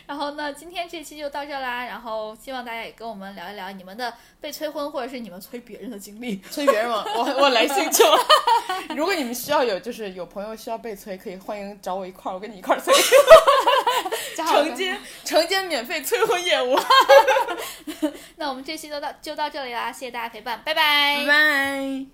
Speaker 1: 然后呢，今天这期就到这啦。然后希望大家也跟我们聊一聊你们的被催婚或者是你们催别人的经历。
Speaker 2: 催别人 嘛，我我来星球。如果你们需要有就是有朋友需要被催，可以欢迎找我一块儿，我跟你一块儿催，
Speaker 1: 加好
Speaker 2: 承接承接免费催婚业务。
Speaker 1: 那我们这期就到就到这里啦，谢谢大家陪伴，拜拜。
Speaker 2: 拜。